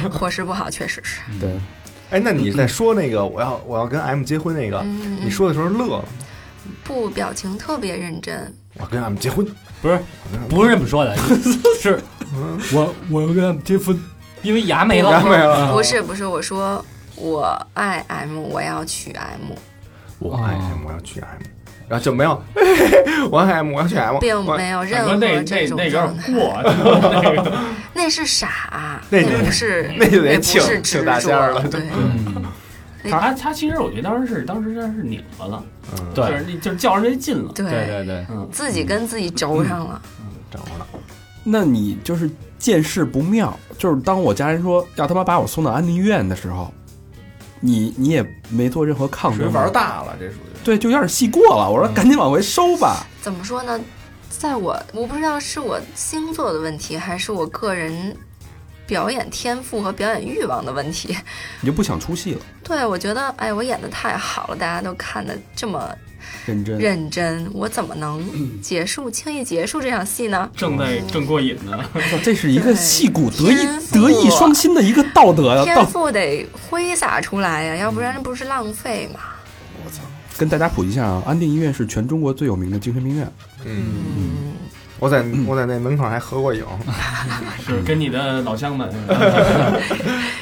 [SPEAKER 2] 是
[SPEAKER 8] 伙食不好，确实是。
[SPEAKER 6] 嗯
[SPEAKER 3] 对，
[SPEAKER 7] 哎，那你在说那个我要我要跟 M 结婚那个，
[SPEAKER 8] 嗯，
[SPEAKER 7] 你说的时候乐了吗，
[SPEAKER 8] 不，表情特别认真。
[SPEAKER 7] 我跟 M 结婚，
[SPEAKER 6] 不是不是这么说的， 是我我要跟他们结婚，因为牙哎没了，
[SPEAKER 7] 没了，
[SPEAKER 8] 不是不是，我说我爱 M，我要娶 M，
[SPEAKER 7] 我爱 M，我要娶 M，然后就没有， 嘿嘿嘿我爱 M，我要娶 M，
[SPEAKER 8] 并
[SPEAKER 7] 我
[SPEAKER 8] 没有任
[SPEAKER 5] 大哥
[SPEAKER 8] 何
[SPEAKER 5] 那那
[SPEAKER 8] 这种
[SPEAKER 5] 那有
[SPEAKER 8] 状
[SPEAKER 5] 点
[SPEAKER 8] 态。
[SPEAKER 5] 过， 那 个
[SPEAKER 8] 那是傻，啊
[SPEAKER 7] 那就
[SPEAKER 8] 不是，
[SPEAKER 7] 那就得
[SPEAKER 8] 不
[SPEAKER 7] 请
[SPEAKER 8] 是执
[SPEAKER 7] 请大仙
[SPEAKER 8] 着
[SPEAKER 7] 儿了
[SPEAKER 8] 对，
[SPEAKER 6] 嗯
[SPEAKER 5] 他他其实我觉得当时是当时他是拧巴了，
[SPEAKER 7] 嗯，
[SPEAKER 6] 对
[SPEAKER 5] 就是你就是较着这劲了，
[SPEAKER 6] 对对对，
[SPEAKER 5] 嗯，
[SPEAKER 8] 自己跟自己轴上了，
[SPEAKER 7] 掌握了。
[SPEAKER 3] 那你就是见势不妙，就是当我家人说要他妈把我送到安宁医院的时候，你你也没做任何抗
[SPEAKER 2] 属于
[SPEAKER 3] 争，
[SPEAKER 2] 玩大了，这属于
[SPEAKER 3] 对，就有点戏过了。我说赶紧往回收吧。
[SPEAKER 8] 怎么说呢？在我我不知道是我星座的问题，还是我个人表演天赋和表演欲望的问题。
[SPEAKER 3] 你就不想出戏了，
[SPEAKER 8] 对我觉得，哎，我演的太好了，大家都看的这么
[SPEAKER 3] 认真。
[SPEAKER 8] 认真，我怎么能结束轻易结束这场戏呢？
[SPEAKER 5] 正在正过瘾呢，
[SPEAKER 3] 这是一个
[SPEAKER 8] 对
[SPEAKER 3] 戏骨德艺
[SPEAKER 8] 天赋
[SPEAKER 3] 德艺双馨的一个道德呀，
[SPEAKER 8] 天
[SPEAKER 3] 道
[SPEAKER 8] 赋得挥洒出来呀、要不然不是浪费嘛。
[SPEAKER 3] 跟大家普及一下啊，安定医院是全中国最有名的精神病院。
[SPEAKER 7] 嗯，
[SPEAKER 8] 嗯，
[SPEAKER 7] 我在我在那门口还合过影，
[SPEAKER 5] 就是跟你的老乡 们，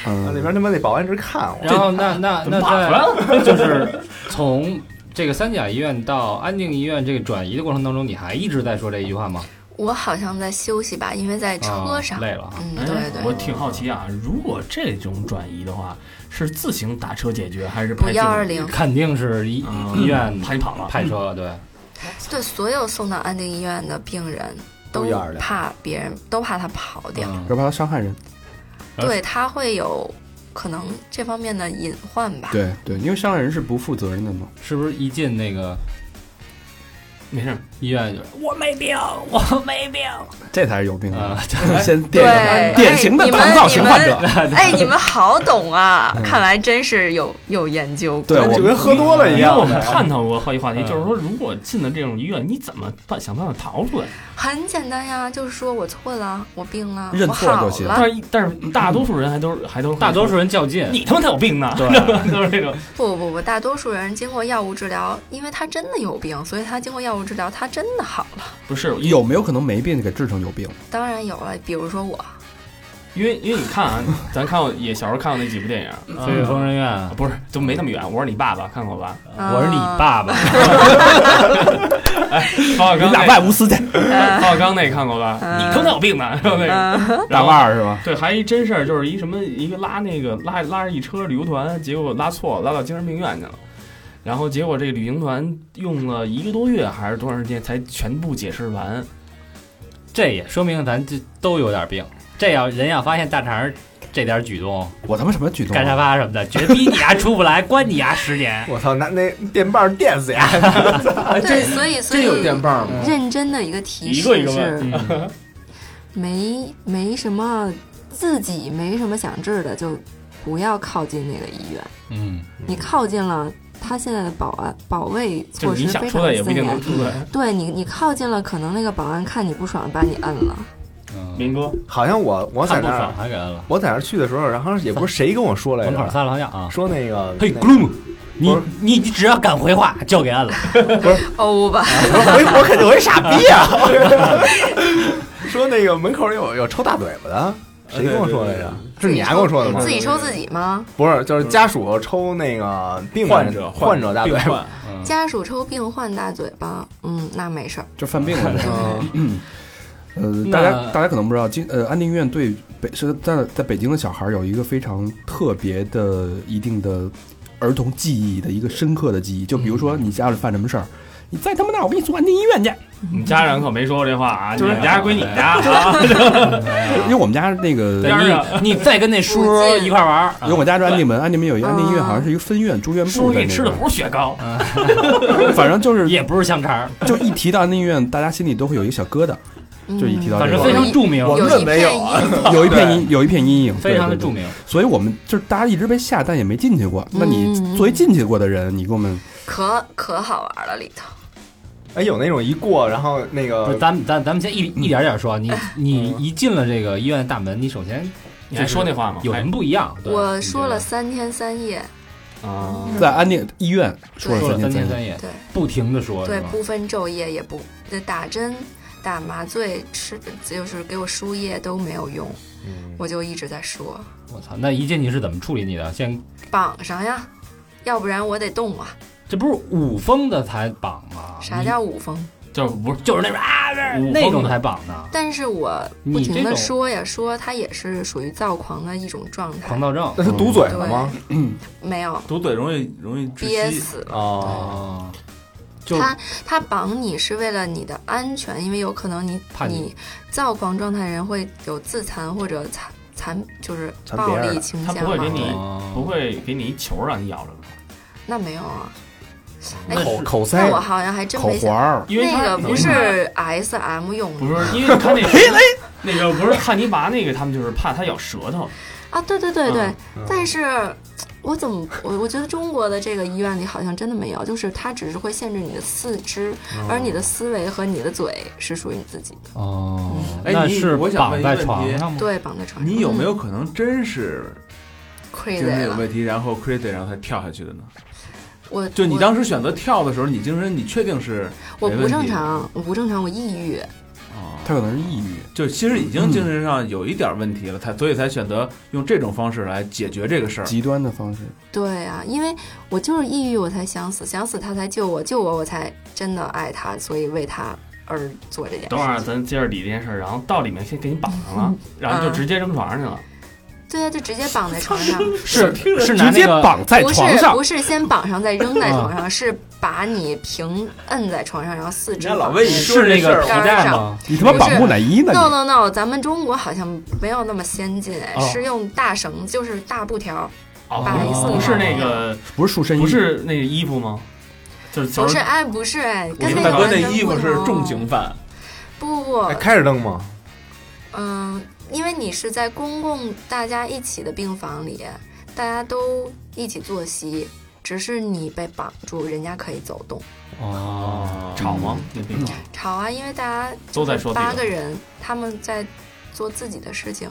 [SPEAKER 7] 那
[SPEAKER 3] 嗯，
[SPEAKER 7] 边他妈那保安一直看我。
[SPEAKER 6] 然后那那那在就是从这个三甲医院到安定医院这个转移的过程当中，你还一直在说这一句话吗？
[SPEAKER 5] 嗯
[SPEAKER 8] 我好像在休息吧，因为在车上。
[SPEAKER 6] 啊累了啊。
[SPEAKER 8] 嗯，
[SPEAKER 5] 哎
[SPEAKER 8] 对对。
[SPEAKER 5] 我挺好奇啊，如果这种转移的话，是自行打车解决还是
[SPEAKER 8] 不
[SPEAKER 5] 派
[SPEAKER 8] 幺二零，
[SPEAKER 6] 肯定是医
[SPEAKER 5] 啊
[SPEAKER 6] 医院
[SPEAKER 5] 派你跑了？
[SPEAKER 6] 派车，对，
[SPEAKER 8] 对所有送到安定医院的病人
[SPEAKER 9] 都
[SPEAKER 8] 都
[SPEAKER 9] 120
[SPEAKER 8] 怕别人，都怕他跑掉，
[SPEAKER 6] 嗯
[SPEAKER 3] 要怕他伤害人。
[SPEAKER 8] 对他会有可能这方面的隐患吧。
[SPEAKER 3] 对对，因为伤害人是不负责任的嘛。
[SPEAKER 6] 是不是一进那个
[SPEAKER 5] 没事，
[SPEAKER 6] 医院就
[SPEAKER 3] 这才是有病
[SPEAKER 6] 啊
[SPEAKER 3] 啊！
[SPEAKER 5] 嗯
[SPEAKER 3] 先垫一
[SPEAKER 8] 哎
[SPEAKER 3] 下，典型的
[SPEAKER 8] 你们
[SPEAKER 3] 唐造型患者嗯
[SPEAKER 8] 你。们哎，你们好 懂啊！看来真是有有研究过。
[SPEAKER 3] 对我
[SPEAKER 7] 就跟喝多了一
[SPEAKER 5] 因为
[SPEAKER 7] 样
[SPEAKER 5] 我们探讨过好几话题，
[SPEAKER 6] 嗯
[SPEAKER 5] 就是说如果进了这种医院，你怎么办？想办法逃出来？
[SPEAKER 8] 很简单呀，就是说我错了，我病了，
[SPEAKER 3] 认
[SPEAKER 8] 我
[SPEAKER 3] 错
[SPEAKER 8] 好
[SPEAKER 3] 就行
[SPEAKER 8] 了。
[SPEAKER 5] 但是但是大多数人还都是还都 是
[SPEAKER 6] 大多数人较劲，
[SPEAKER 5] 你他妈才有病呢，
[SPEAKER 6] 对
[SPEAKER 5] 都是这种。
[SPEAKER 8] 不不不，大多数人经过药物治疗，因为他真的有病，所以他经过药物治疗，他真的好了。
[SPEAKER 5] 不是因为
[SPEAKER 3] 有没有可能没病给治成有病？
[SPEAKER 8] 当然有了，比如说我，
[SPEAKER 5] 因为因为你看啊，咱看过也小时候看过那几部电影，
[SPEAKER 6] 所以疯人院
[SPEAKER 5] 啊，不是就没那么远。我是你爸爸，看过吧？
[SPEAKER 6] 我是你
[SPEAKER 8] 嗯
[SPEAKER 6] 爸爸，
[SPEAKER 5] 方小
[SPEAKER 3] 你
[SPEAKER 5] 刚
[SPEAKER 3] 打
[SPEAKER 5] 那
[SPEAKER 3] 外无私的
[SPEAKER 5] 方小刚那看过吧？
[SPEAKER 8] 嗯
[SPEAKER 5] 你他妈才有病呢，然后那个
[SPEAKER 8] 嗯，
[SPEAKER 5] 然
[SPEAKER 3] 大
[SPEAKER 5] 后
[SPEAKER 3] 腕儿是吧？
[SPEAKER 5] 对，还一真事儿，就是一什么一个拉那个拉拉着一车旅游团，结果拉错了，拉到精神病院去了。然后结果这旅行团用了一个多月还是多长时间才全部解释完？
[SPEAKER 6] 这也说明咱这都有点病。这要人要发现大肠儿这点举动，
[SPEAKER 3] 我他妈什么举动啊？
[SPEAKER 6] 干沙发什么的，绝逼你丫出不来，关你丫十年。
[SPEAKER 7] 我操，拿那电棒电死呀！
[SPEAKER 8] 对，所以所
[SPEAKER 9] 这
[SPEAKER 8] 以
[SPEAKER 9] 有电棒吗？
[SPEAKER 8] 认真的一个提
[SPEAKER 5] 一
[SPEAKER 8] 示
[SPEAKER 5] 个一个
[SPEAKER 8] 是
[SPEAKER 9] 嗯
[SPEAKER 5] 问
[SPEAKER 6] 嗯
[SPEAKER 8] 没没什么自己没什么想治的，就不要靠近那个医院。
[SPEAKER 6] 嗯，
[SPEAKER 8] 你靠近了，他现在的保安保卫
[SPEAKER 5] 就
[SPEAKER 8] 措
[SPEAKER 5] 是你
[SPEAKER 8] 施
[SPEAKER 5] 想
[SPEAKER 8] 非
[SPEAKER 5] 出
[SPEAKER 8] 常
[SPEAKER 5] 来也不
[SPEAKER 8] 森
[SPEAKER 5] 一定
[SPEAKER 8] 严
[SPEAKER 5] 能。出来。
[SPEAKER 8] 对你，你靠近了，可能那个保安看你不爽，把你摁了。
[SPEAKER 6] 嗯
[SPEAKER 5] 明哥，
[SPEAKER 7] 好像我我在
[SPEAKER 6] 看不
[SPEAKER 7] 那
[SPEAKER 6] 爽
[SPEAKER 7] 儿
[SPEAKER 6] 还给摁了，
[SPEAKER 7] 我在那儿去的时候，然后也不是谁跟我说来
[SPEAKER 6] 门口
[SPEAKER 7] 着，
[SPEAKER 6] 撒了好像啊。
[SPEAKER 7] 说那个
[SPEAKER 6] 嘿
[SPEAKER 7] 那
[SPEAKER 6] ，Gloom，你
[SPEAKER 7] 不是
[SPEAKER 6] 你你只要敢回话就给摁 了。
[SPEAKER 8] 欧吧，
[SPEAKER 7] 我我我肯定我是傻逼呀、 说那个门口有有抽大嘴巴的，谁跟我说来着？是你还跟我说的
[SPEAKER 5] 嗯
[SPEAKER 7] 吗
[SPEAKER 8] 自？己抽自己吗？
[SPEAKER 7] 不是，就是家属抽那个病人啊
[SPEAKER 2] 患者
[SPEAKER 7] 患者大嘴
[SPEAKER 2] 病
[SPEAKER 7] 巴。
[SPEAKER 2] 患，
[SPEAKER 6] 嗯
[SPEAKER 8] 家属抽病患大嘴巴，嗯，那没事儿。
[SPEAKER 3] 就犯病了。
[SPEAKER 7] 嗯，
[SPEAKER 3] 呃，
[SPEAKER 6] 那
[SPEAKER 3] 大家大家可能不知道，今呃安定医院对北是在在北京的小孩儿有一个非常特别的一定的儿童记忆的一个深刻的记忆，就比如
[SPEAKER 6] 嗯
[SPEAKER 3] 说你家里犯什么事儿，你在他妈那儿我给你送安定医院去，
[SPEAKER 6] 啊
[SPEAKER 5] 你家长可没说过这话啊，你
[SPEAKER 6] 是
[SPEAKER 5] 们家归你家啊。
[SPEAKER 3] 因为我们家那个
[SPEAKER 6] 对
[SPEAKER 5] 边儿
[SPEAKER 6] 你，你再跟那 叔一块玩儿，
[SPEAKER 3] 因为我家住安定门，安定门有一个安定医
[SPEAKER 6] 啊
[SPEAKER 3] 院，好像是一个分院住院
[SPEAKER 5] 叔
[SPEAKER 3] 部
[SPEAKER 5] 叔给
[SPEAKER 3] 在
[SPEAKER 5] 你吃的不是雪糕，
[SPEAKER 3] 那边， 反正就是
[SPEAKER 6] 也不是香肠儿，
[SPEAKER 3] 就一提到安定医院，大家心里都会有一个小疙瘩，
[SPEAKER 8] 嗯、
[SPEAKER 3] 就一提到
[SPEAKER 6] 反
[SPEAKER 3] 这
[SPEAKER 6] 正
[SPEAKER 3] 个
[SPEAKER 6] 非常著名，
[SPEAKER 7] 我
[SPEAKER 8] 有
[SPEAKER 7] 们
[SPEAKER 8] 一
[SPEAKER 7] 没
[SPEAKER 8] 片
[SPEAKER 7] 有啊
[SPEAKER 8] 阴影。
[SPEAKER 3] 有一片阴有一片阴影，
[SPEAKER 6] 非常的
[SPEAKER 3] 对对对
[SPEAKER 6] 著名。
[SPEAKER 3] 所以我们就是大家一直被吓，但也没进去过。那你
[SPEAKER 8] 嗯
[SPEAKER 3] 作为进去过的人，你给我们
[SPEAKER 8] 可可好玩了里头。
[SPEAKER 7] 哎，有那种一过，然后那
[SPEAKER 6] 不是，
[SPEAKER 7] 个
[SPEAKER 6] 咱们咱咱们先一一点点 说，你你
[SPEAKER 8] 嗯
[SPEAKER 6] 一进了这个医院大门，你首先
[SPEAKER 5] 你还说那话吗？
[SPEAKER 6] 有什么不一样？对
[SPEAKER 8] 我说了三天三夜，
[SPEAKER 5] 啊，
[SPEAKER 3] 在安定医院说
[SPEAKER 6] 你觉得
[SPEAKER 3] 了
[SPEAKER 6] 说了
[SPEAKER 3] 三
[SPEAKER 6] 三
[SPEAKER 3] 天三
[SPEAKER 6] 天三夜，
[SPEAKER 3] 夜。
[SPEAKER 8] 对
[SPEAKER 6] 不停的说，
[SPEAKER 8] 对
[SPEAKER 6] 是，吧
[SPEAKER 8] 不分昼夜，也不呃打针、打麻醉、吃就是给我输液都没有用，
[SPEAKER 7] 嗯
[SPEAKER 8] 我就一直在说
[SPEAKER 6] 我操，那一进去是怎么处理你的？先
[SPEAKER 8] 绑上呀，要不然我得动啊。
[SPEAKER 6] 这不是五封的才绑吗？
[SPEAKER 8] 啥叫五封？
[SPEAKER 5] 就是不是
[SPEAKER 6] 就是那种啊
[SPEAKER 5] 五
[SPEAKER 6] 那
[SPEAKER 5] 峰
[SPEAKER 6] 种才绑呢，
[SPEAKER 8] 但是我不
[SPEAKER 6] 你
[SPEAKER 8] 停
[SPEAKER 6] 这
[SPEAKER 8] 的
[SPEAKER 6] 种
[SPEAKER 8] 说呀说，他也是属于躁狂的一种状态
[SPEAKER 6] 狂，躁症
[SPEAKER 7] 那是堵嘴了吗？
[SPEAKER 8] 没有
[SPEAKER 2] 堵嘴容易容易窒
[SPEAKER 8] 憋
[SPEAKER 2] 息。
[SPEAKER 8] 死了。
[SPEAKER 6] 哦，就
[SPEAKER 8] 他他绑你是为了你的安全，因为有可能你
[SPEAKER 6] 怕你
[SPEAKER 8] 你躁狂状态的人会有自残或者残残就是
[SPEAKER 7] 残
[SPEAKER 8] 暴
[SPEAKER 7] 别人
[SPEAKER 8] 力
[SPEAKER 7] 的
[SPEAKER 8] 倾
[SPEAKER 5] 他
[SPEAKER 8] 向
[SPEAKER 5] 不会给
[SPEAKER 8] 嘛。
[SPEAKER 5] 你
[SPEAKER 6] 哦
[SPEAKER 5] 不会给你一球让你咬着吧，
[SPEAKER 8] 那没有
[SPEAKER 6] 哦
[SPEAKER 8] 啊，哎
[SPEAKER 7] 口口
[SPEAKER 8] 那
[SPEAKER 7] 塞
[SPEAKER 8] 我、好像还真
[SPEAKER 7] 口
[SPEAKER 8] 没
[SPEAKER 7] 环
[SPEAKER 8] 想。
[SPEAKER 7] 儿，
[SPEAKER 5] 因为
[SPEAKER 8] 那
[SPEAKER 5] 他
[SPEAKER 8] 个不是 S M 用
[SPEAKER 5] 不
[SPEAKER 8] 的
[SPEAKER 5] 是因为你看那个那个不是汉尼拔那个，他们就是怕他咬舌头，
[SPEAKER 8] 啊，对对对对，
[SPEAKER 5] 嗯
[SPEAKER 8] 但是。我怎么我我觉得中国的这个医院里好像真的没有，就是它只是会限制你的四肢，
[SPEAKER 2] 哦
[SPEAKER 8] 而你的思维和你的嘴是属于你自己的，
[SPEAKER 6] 哦，
[SPEAKER 2] 哎
[SPEAKER 6] 那
[SPEAKER 2] 你
[SPEAKER 6] 是
[SPEAKER 2] 我想问
[SPEAKER 6] 绑
[SPEAKER 2] 一个
[SPEAKER 6] 在
[SPEAKER 2] 问
[SPEAKER 6] 床
[SPEAKER 2] 题
[SPEAKER 6] 上吗？
[SPEAKER 8] 对，绑在床上。嗯
[SPEAKER 2] 你有没有可能真是
[SPEAKER 8] 亏
[SPEAKER 2] 精神
[SPEAKER 8] 累
[SPEAKER 2] 有
[SPEAKER 8] 嗯了？
[SPEAKER 2] 问题，然后 crazy，然后才跳下去的呢？
[SPEAKER 8] 我
[SPEAKER 2] 就你
[SPEAKER 8] 我
[SPEAKER 2] 当时选择跳的时候，你精神你确定是
[SPEAKER 8] 我
[SPEAKER 2] 没
[SPEAKER 8] 不
[SPEAKER 2] 问
[SPEAKER 8] 正
[SPEAKER 2] 题
[SPEAKER 8] 常，我不正常，我抑郁。
[SPEAKER 2] 啊？
[SPEAKER 3] 他可能是抑郁。
[SPEAKER 2] 就其实已经精神上有一点问题了，才所以才选择用这种方式来解决这个事儿。
[SPEAKER 3] 极端的方式，
[SPEAKER 8] 对啊，因为我就是抑郁，我才想死，想死他才救我，救我我才真的爱他，所以为他而做这件事。
[SPEAKER 5] 等会儿啊咱接着理这件事儿，然后到里面先给你绑上
[SPEAKER 8] 嗯
[SPEAKER 5] 了，然后就直接扔床上去了。
[SPEAKER 8] 对啊，就直接绑在 床上，
[SPEAKER 6] 是是拿
[SPEAKER 7] 直
[SPEAKER 6] 那
[SPEAKER 7] 接
[SPEAKER 6] 个
[SPEAKER 7] 绑在
[SPEAKER 8] 不是
[SPEAKER 7] 床上。
[SPEAKER 8] 不是先绑上再扔在床上，是把你平摁在床上，然后四肢绑
[SPEAKER 2] 魏一
[SPEAKER 8] 在
[SPEAKER 2] 说
[SPEAKER 6] 是那
[SPEAKER 2] 这事
[SPEAKER 6] 个
[SPEAKER 2] 儿
[SPEAKER 6] 皮带吗？
[SPEAKER 7] 你他妈
[SPEAKER 8] 不是
[SPEAKER 7] 绑木乃伊呢？
[SPEAKER 8] No
[SPEAKER 7] 你
[SPEAKER 8] no no，咱们中国好像没有那么先进，哎
[SPEAKER 6] 哦
[SPEAKER 8] 是用大绳，就是大布条，
[SPEAKER 5] 哦
[SPEAKER 8] 绑一次
[SPEAKER 5] 不是那个
[SPEAKER 3] 不是束身衣，
[SPEAKER 5] 不是那个衣服吗？就是
[SPEAKER 8] 不
[SPEAKER 5] 就是
[SPEAKER 8] 哎，不是哎，
[SPEAKER 2] 我
[SPEAKER 8] 跟
[SPEAKER 2] 说
[SPEAKER 8] 那
[SPEAKER 2] 大哥
[SPEAKER 8] 个完
[SPEAKER 2] 那
[SPEAKER 8] 全
[SPEAKER 2] 衣
[SPEAKER 8] 不
[SPEAKER 2] 服是
[SPEAKER 8] 同
[SPEAKER 2] 重刑犯，
[SPEAKER 8] 不不，
[SPEAKER 7] 哎开着灯吗？
[SPEAKER 8] 嗯，因为你是在公共大家一起的病房里，大家都一起作息，只是你被绑住，人家可以走动。
[SPEAKER 6] 哦，
[SPEAKER 5] 吵吗？那地方
[SPEAKER 8] 吵啊，因为大家
[SPEAKER 5] 都在说这
[SPEAKER 8] 八
[SPEAKER 5] 个
[SPEAKER 8] 个人，他们在做自己的事情，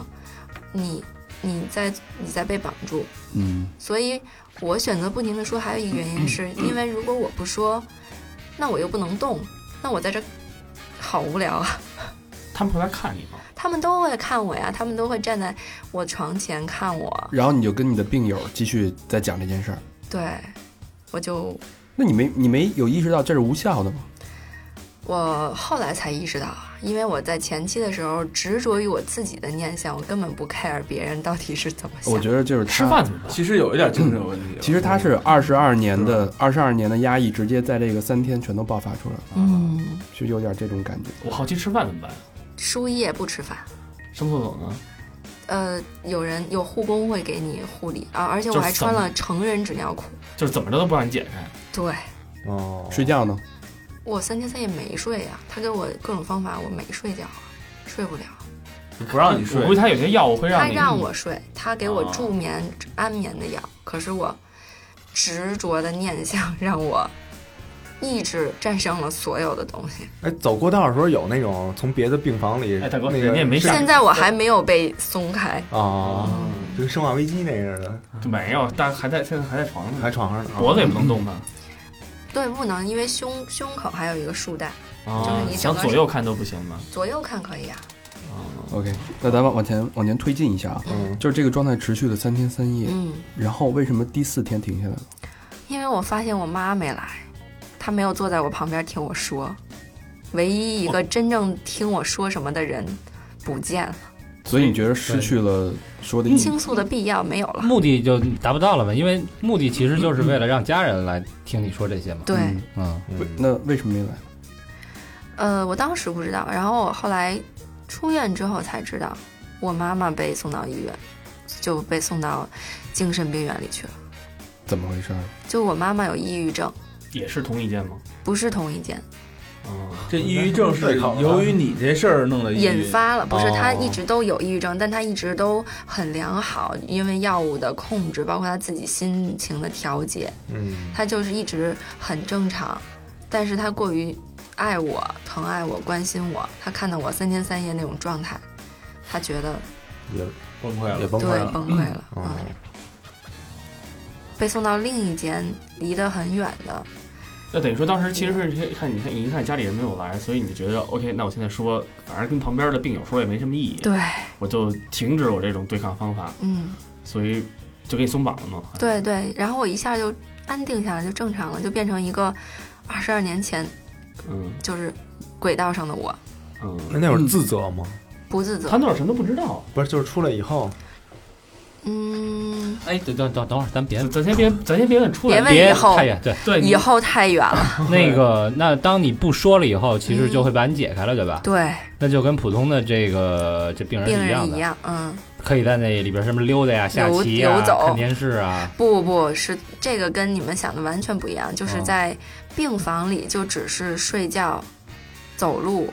[SPEAKER 8] 你你在你在被绑住，
[SPEAKER 3] 嗯，
[SPEAKER 8] 所以我选择不停的说，还有一个原因是因为如果我不说，那我又不能动，那我在这儿好无聊啊。
[SPEAKER 5] 他们会来看你吗？
[SPEAKER 8] 他们都会看我呀，他们都会站在我床前看我。
[SPEAKER 3] 然后你就跟你的病友继续再讲这件事儿，
[SPEAKER 8] 对，我就
[SPEAKER 3] 那你没你没有意识到这是无效的吗？
[SPEAKER 8] 我后来才意识到，啊因为我在前期的时候执着于我自己的念想，我根本不 care 别人到底是怎么想。
[SPEAKER 3] 我觉得就是他
[SPEAKER 5] 吃饭怎么办？
[SPEAKER 2] 其实有一点精神有问题了。
[SPEAKER 3] 其实他是二十二年的二十二年的压抑，直接在这个三天全都爆发出来了，
[SPEAKER 8] 嗯，
[SPEAKER 3] 就有点这种感觉。
[SPEAKER 5] 我好奇吃饭怎么办？
[SPEAKER 8] 输液不吃饭。
[SPEAKER 5] 上厕所呢？
[SPEAKER 8] 呃，有人有护工会给你护理啊，而且我还
[SPEAKER 5] 就是怎
[SPEAKER 8] 穿
[SPEAKER 5] 么
[SPEAKER 8] 了成人纸尿裤。
[SPEAKER 5] 就是怎么着都不让你解
[SPEAKER 7] 哎
[SPEAKER 5] 开。
[SPEAKER 8] 对
[SPEAKER 7] 哦，
[SPEAKER 3] 睡觉呢？
[SPEAKER 8] 我三天三夜没睡呀、他给我各种方法，我没睡觉，睡不了。
[SPEAKER 2] 不让你睡
[SPEAKER 5] 啊我估，计他有些药物会
[SPEAKER 8] 他
[SPEAKER 5] 让你嗯
[SPEAKER 8] 让我睡，他给我
[SPEAKER 2] 哦
[SPEAKER 8] 助眠、安眠的药，可是我执着的念想让我意志战胜了所有的东西。
[SPEAKER 7] 哎，走过道的时候有那种从别的病房里，
[SPEAKER 5] 哎大哥
[SPEAKER 7] 那
[SPEAKER 5] 人
[SPEAKER 7] 个
[SPEAKER 5] 家也没事
[SPEAKER 8] 现在我还没有被松开，
[SPEAKER 7] 啊，
[SPEAKER 5] 嗯
[SPEAKER 7] 就跟《生化危机》那似的，
[SPEAKER 5] 就没有，但还在现在还在床上
[SPEAKER 7] 还
[SPEAKER 5] 呢，
[SPEAKER 7] 床上呢。啊
[SPEAKER 5] 脖子也不能动吧？
[SPEAKER 8] 对，不能因为胸胸口还有一个束带，
[SPEAKER 5] 啊
[SPEAKER 8] 就是，你整
[SPEAKER 5] 想
[SPEAKER 8] 个
[SPEAKER 5] 左右看都不行吗？
[SPEAKER 8] 左右看可以啊。
[SPEAKER 3] OK，那咱们往前往前推进一下啊，
[SPEAKER 7] 嗯，
[SPEAKER 3] 就是这个状态持续了三天三夜，
[SPEAKER 8] 嗯，
[SPEAKER 3] 然后为什么第四天停下来了？
[SPEAKER 8] 因为我发现我妈没来，她没有坐在我旁边听我说，唯一一个真正听我说什么的人不见了，
[SPEAKER 3] 所以你觉得失去了说的意义？
[SPEAKER 8] 倾诉的必要没有了。
[SPEAKER 6] 目的就达不到了嘛，因为目的其实就是为了让家人来听你说这些嘛。
[SPEAKER 8] 对，
[SPEAKER 3] 嗯
[SPEAKER 6] 嗯，
[SPEAKER 7] 嗯
[SPEAKER 3] 那为什么没来？
[SPEAKER 8] 呃，我当时不知道，然后我后来出院之后才知道，我妈妈被送到医院，就被送到精神病院里去了。
[SPEAKER 3] 怎么回事儿？
[SPEAKER 8] 就我妈妈有抑郁症，
[SPEAKER 5] 也是同一间吗？
[SPEAKER 8] 不是同一件，
[SPEAKER 5] 啊，
[SPEAKER 2] 这抑郁症是由于你这事儿弄的抑郁
[SPEAKER 8] 引发了，不是
[SPEAKER 2] 哦
[SPEAKER 8] 她一直都有抑郁症，但她一直都很良好，因为药物的控制，包括她自己心情的调节，
[SPEAKER 7] 嗯，
[SPEAKER 8] 她就是一直很正常，但是她过于爱我、疼爱我、关心我，她看到我三天三夜那种状态，她觉得
[SPEAKER 7] 也
[SPEAKER 2] 崩溃了
[SPEAKER 7] 也。崩
[SPEAKER 8] 对
[SPEAKER 7] 溃，了。
[SPEAKER 8] 崩溃了。嗯
[SPEAKER 7] 哦，
[SPEAKER 8] 被送到另一间离得很远的，
[SPEAKER 5] 那等于说当时其实是看你看你一看家里人没有来，所以你觉得 OK，那我现在说，反正跟旁边的病友说也没什么意义，
[SPEAKER 8] 对，
[SPEAKER 5] 我就停止我这种对抗方法，
[SPEAKER 8] 嗯，
[SPEAKER 5] 所以就给你松绑了嘛。
[SPEAKER 8] 对对。然后我一下就安定下来，就正常了，就变成一个二十二年前
[SPEAKER 5] 嗯
[SPEAKER 8] 就是轨道上的我，
[SPEAKER 5] 嗯，
[SPEAKER 7] 那那会儿自责吗？
[SPEAKER 8] 不自责
[SPEAKER 5] 他。那会儿什么都不知道，
[SPEAKER 7] 不是，就是出来以后，
[SPEAKER 8] 嗯，
[SPEAKER 6] 哎，等等等等会儿，咱别
[SPEAKER 5] 咱咱先别咱先别问出来，
[SPEAKER 8] 别问
[SPEAKER 6] 别
[SPEAKER 8] 以后
[SPEAKER 6] 太远， 对，
[SPEAKER 5] 对
[SPEAKER 8] 以后太远了。
[SPEAKER 6] 那个，那当你不说了以
[SPEAKER 8] 嗯
[SPEAKER 6] 后，其实就会把你解开了，对吧？
[SPEAKER 7] 嗯
[SPEAKER 8] 对，
[SPEAKER 6] 那就跟普通的这个这病人
[SPEAKER 8] 病
[SPEAKER 6] 是一
[SPEAKER 8] 人
[SPEAKER 6] 样
[SPEAKER 8] 一
[SPEAKER 6] 的，
[SPEAKER 8] 样，嗯，
[SPEAKER 6] 可以在那里边什么溜达呀、下棋呀
[SPEAKER 8] 游游、走
[SPEAKER 6] 看电视 啊，
[SPEAKER 8] 不不是这个跟你们想的完全不一样，就是
[SPEAKER 5] 哦
[SPEAKER 6] 嗯
[SPEAKER 8] 在病房里就只是睡觉、走路、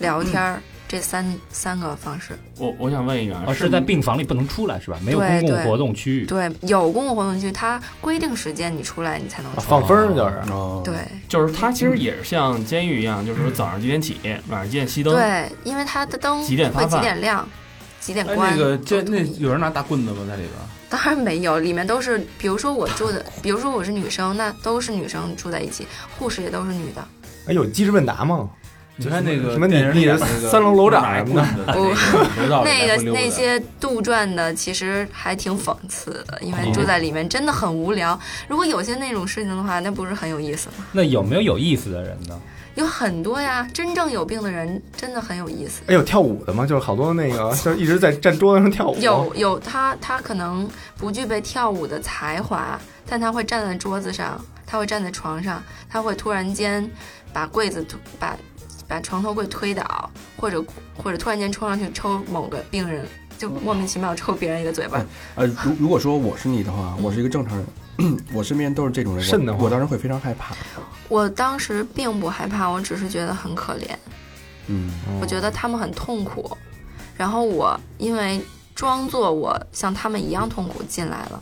[SPEAKER 8] 聊天
[SPEAKER 5] 嗯
[SPEAKER 8] 儿、这三三个方式。
[SPEAKER 5] 我我想问一下，
[SPEAKER 6] 哦，是在病房里不能出来是吧？没有
[SPEAKER 8] 对
[SPEAKER 6] 公共
[SPEAKER 8] 对
[SPEAKER 6] 活动区域，
[SPEAKER 8] 对，有公共活动区，它规定时间你出来你才能
[SPEAKER 5] 哦
[SPEAKER 7] 啊
[SPEAKER 8] 出。
[SPEAKER 7] 放风儿就是
[SPEAKER 3] 哦，
[SPEAKER 8] 对
[SPEAKER 5] 就是
[SPEAKER 6] 嗯
[SPEAKER 5] 他其实也是像监狱一样，就是说早上几点起，晚上几点熄灯，
[SPEAKER 8] 对，因为它的灯
[SPEAKER 5] 几点发
[SPEAKER 8] 会几
[SPEAKER 5] 饭
[SPEAKER 8] 点亮，几点
[SPEAKER 2] 哎，
[SPEAKER 8] 关。
[SPEAKER 2] 那个这
[SPEAKER 8] 都
[SPEAKER 2] 那
[SPEAKER 8] 统一
[SPEAKER 2] 有人拿大棍子吗？在里边？
[SPEAKER 8] 当然没有，里面都是，比如说我住的，比如说我是女生，那都是女生住在一起，护士也都是女的。
[SPEAKER 7] 哎，有机智问答吗？
[SPEAKER 2] 你看那个
[SPEAKER 7] 什么你
[SPEAKER 2] 电影里边
[SPEAKER 7] 你
[SPEAKER 2] 那个
[SPEAKER 7] 三楼楼长
[SPEAKER 2] 拿一
[SPEAKER 7] 什么的
[SPEAKER 2] 棍子在那个楼 道里
[SPEAKER 8] 那
[SPEAKER 2] 来
[SPEAKER 8] 个
[SPEAKER 2] 回溜达
[SPEAKER 8] 那些杜撰的其实还挺讽刺的，因
[SPEAKER 2] 嗯
[SPEAKER 8] 为住在里面真的很无聊。如果有些那种事情的话，那不是很有意思吗？
[SPEAKER 6] 那有没有有意思的人呢？
[SPEAKER 8] 有很多呀，真正有病的人真的很有意思。
[SPEAKER 7] 哎，有跳舞的吗？就是好多那个，就是一直在站桌子上跳舞。
[SPEAKER 8] 有有他他可能不具备跳舞的才华，但他会站在桌子上，他会站在床上，他会突然间把柜子推把把床头柜推倒，或者或者突然间冲上去抽某个病人，就莫名其妙抽别人一个嘴巴。
[SPEAKER 3] 呃，如如果说我是你的话，我是一个正常人，
[SPEAKER 8] 嗯
[SPEAKER 3] 我身边都是这种人，我
[SPEAKER 7] 瘆得慌
[SPEAKER 3] 我当时会非常害怕。
[SPEAKER 8] 我当时并不害怕，我只是觉得很可怜，
[SPEAKER 3] 嗯，
[SPEAKER 7] 嗯，
[SPEAKER 8] 我觉得他们很痛苦，然后我因为装作我像他们一样痛苦进来了，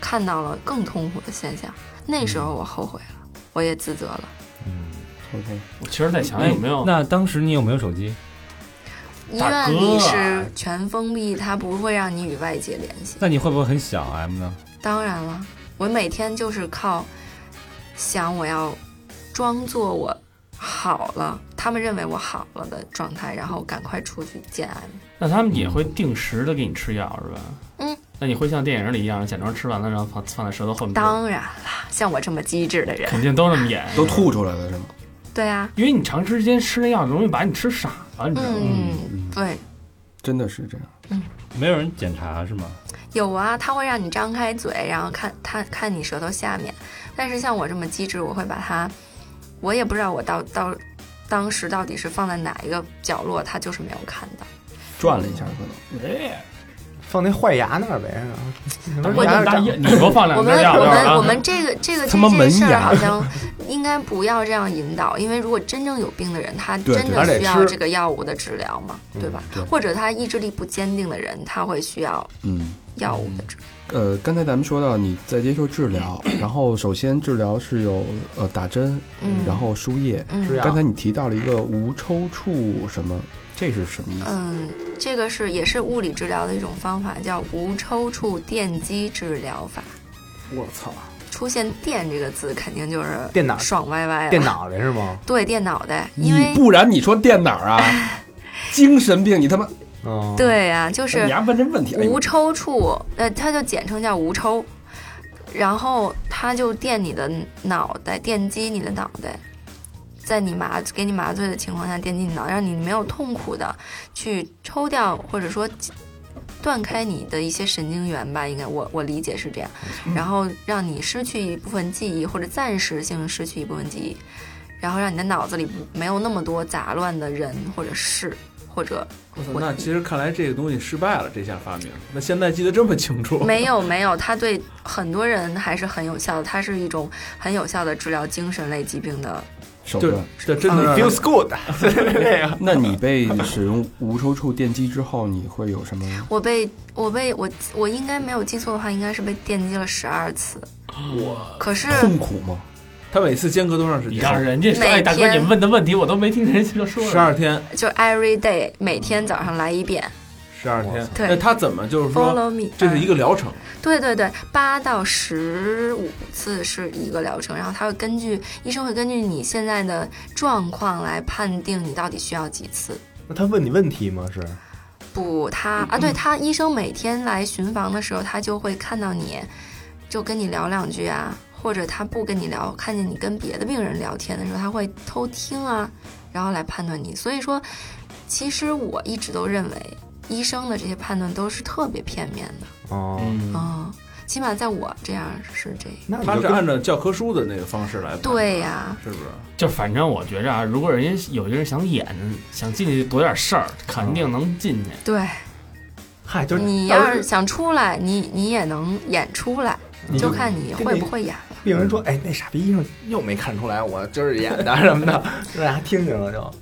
[SPEAKER 8] 看到了更痛苦的现象，那时候我后悔了，我也自责了。
[SPEAKER 3] OK，
[SPEAKER 5] 我其实在想
[SPEAKER 6] 哎
[SPEAKER 5] 有没有
[SPEAKER 6] 那当时你有没有手机？
[SPEAKER 8] 医
[SPEAKER 5] 大
[SPEAKER 8] 院
[SPEAKER 5] 哥啊
[SPEAKER 8] 里是全封闭，它不会让你与外界联系。
[SPEAKER 6] 那你会不会很想 M 呢？
[SPEAKER 8] 当然了，我每天就是靠想我要装作我好了，他们认为我好了的状态，然后赶快出去见爱。
[SPEAKER 5] 那他们也会定时的给你吃药是吧？
[SPEAKER 8] 嗯，
[SPEAKER 5] 那你会像电影里一样假装吃完了，然后放放在舌头后面？
[SPEAKER 8] 当然啦，像我这么机智的人，
[SPEAKER 5] 肯定都那么演，
[SPEAKER 3] 都吐出来了是吗？
[SPEAKER 8] 对啊，
[SPEAKER 5] 因为你长时间吃那药容易把你吃傻了，你知道吗？
[SPEAKER 8] 嗯，对，
[SPEAKER 3] 真的是这样。
[SPEAKER 6] 没有人检查是吗？
[SPEAKER 8] 有啊，它会让你张开嘴，然后看它看你舌头下面。但是像我这么机智，我会把它，我也不知道我到到当时到底是放在哪一个角落，它就是没有看到。
[SPEAKER 3] 转了一下，可
[SPEAKER 7] 放那坏牙那儿呗。
[SPEAKER 5] 大
[SPEAKER 7] 牙
[SPEAKER 5] 大
[SPEAKER 7] 长
[SPEAKER 5] 一，你多放
[SPEAKER 8] 我
[SPEAKER 5] 两
[SPEAKER 8] 们
[SPEAKER 5] 根药
[SPEAKER 8] 我
[SPEAKER 5] 就是
[SPEAKER 8] 们我
[SPEAKER 5] 啊。
[SPEAKER 8] 们这个这个
[SPEAKER 3] 他
[SPEAKER 8] 这
[SPEAKER 3] 妈
[SPEAKER 8] 件事
[SPEAKER 3] 门牙
[SPEAKER 8] 儿好像应该不要这样引导，因为如果真正有病的人，他
[SPEAKER 3] 对
[SPEAKER 8] 真
[SPEAKER 3] 对
[SPEAKER 7] 而且
[SPEAKER 8] 的需要
[SPEAKER 7] 吃
[SPEAKER 8] 这个药物的治疗嘛，对吧？
[SPEAKER 3] 嗯对
[SPEAKER 8] 或者他意志力不坚定的人，他会需要
[SPEAKER 3] 能嗯。
[SPEAKER 8] 药物的治疗。
[SPEAKER 3] 呃，刚才咱们说到你在接受治疗，然后首先治疗是有呃打针，
[SPEAKER 8] 嗯，
[SPEAKER 3] 然后输液。
[SPEAKER 8] 嗯
[SPEAKER 2] 啊
[SPEAKER 7] 是呀
[SPEAKER 3] 刚才你提到了一个无抽搐什么，这是什么意思？
[SPEAKER 8] 嗯，这个是也是物理治疗的一种方法，叫无抽搐电击治疗法。
[SPEAKER 7] 我操，
[SPEAKER 8] 出现“电”这个字，肯定就是
[SPEAKER 7] 电脑
[SPEAKER 8] 爽歪歪了。
[SPEAKER 7] 电脑袋是 吗？
[SPEAKER 8] 对电脑袋，因
[SPEAKER 3] 你
[SPEAKER 8] 为
[SPEAKER 3] 不然你说电脑啊， 精神病，你他妈
[SPEAKER 7] 嗯，，
[SPEAKER 8] 对呀、就是
[SPEAKER 3] 你还问这问题？哎
[SPEAKER 8] 无抽搐，呃，它就简称叫无抽，然后它就电你的脑袋，电击你的脑袋，在你麻给你麻醉的情况下电击你脑袋，让你没有痛苦的去抽掉或者说断开你的一些神经元吧，应该我我理解是这样，
[SPEAKER 3] 嗯
[SPEAKER 8] 然后让你失去一部分记忆或者暂时性失去一部分记忆，然后让你的脑子里没有那么多杂乱的人或者事或者
[SPEAKER 2] 我操
[SPEAKER 8] 我
[SPEAKER 2] 那其实看来这个东西失败了，这项发明。那现在记得这么清楚，
[SPEAKER 8] 没有没有，它对很多人还是很有效的，它是一种很有效的治疗精神类疾病的。
[SPEAKER 3] 手
[SPEAKER 2] 就
[SPEAKER 3] 段。
[SPEAKER 2] 这真的
[SPEAKER 7] 嗯 feels good。
[SPEAKER 3] 那你被使用无抽搐电击之后，你会有什么？
[SPEAKER 8] 我被我被我我应该没有记错的话，应该是被电击了十二次。我可是
[SPEAKER 3] 痛苦吗？
[SPEAKER 2] 他每次间隔多长时
[SPEAKER 5] 你
[SPEAKER 2] 间？
[SPEAKER 5] 让人家说，
[SPEAKER 8] 每
[SPEAKER 5] 哎，大哥，
[SPEAKER 8] 天
[SPEAKER 5] 你问的问题我都没听人家说。
[SPEAKER 2] 十二天，
[SPEAKER 8] 就 every day 每天早上来一遍
[SPEAKER 2] 十二天。
[SPEAKER 8] 对
[SPEAKER 2] 那他怎么就是说
[SPEAKER 8] ，follow me。
[SPEAKER 2] 这是一个疗程？
[SPEAKER 8] 对对对，八到十五次是一个疗程，然后他会根据医生会根据你现在的状况来判定你到底需要几次。
[SPEAKER 7] 那他问你问题吗？是
[SPEAKER 8] 不，他啊，对他医生每天来巡房的时候，他就会看到你，就跟你聊两句啊，或者他不跟你聊，看见你跟别的病人聊天的时候，他会偷听啊，然后来判断你。所以说，其实我一直都认为医生的这些判断都是特别片面的。
[SPEAKER 7] 哦，
[SPEAKER 5] 嗯，
[SPEAKER 8] 嗯，起码在我这样是这样。
[SPEAKER 7] 那你
[SPEAKER 2] 他
[SPEAKER 7] 就是
[SPEAKER 2] 按照教科书的那个方式来，
[SPEAKER 8] 对，呀、
[SPEAKER 2] 是不 是？
[SPEAKER 5] 就反正我觉着啊，如果人家有些人想演，想进去躲点事儿，肯定能进去。
[SPEAKER 8] 对
[SPEAKER 7] 嗨，就是
[SPEAKER 8] 你
[SPEAKER 7] 到时
[SPEAKER 8] 要是想出来，你你也能演出来，
[SPEAKER 7] 你
[SPEAKER 8] 就
[SPEAKER 7] 就
[SPEAKER 8] 看你
[SPEAKER 7] 跟
[SPEAKER 8] 会
[SPEAKER 7] 那
[SPEAKER 8] 不会演。
[SPEAKER 7] 病人说，哎，那傻逼医生又没看出来我就是演的什么的，让大家听听了就。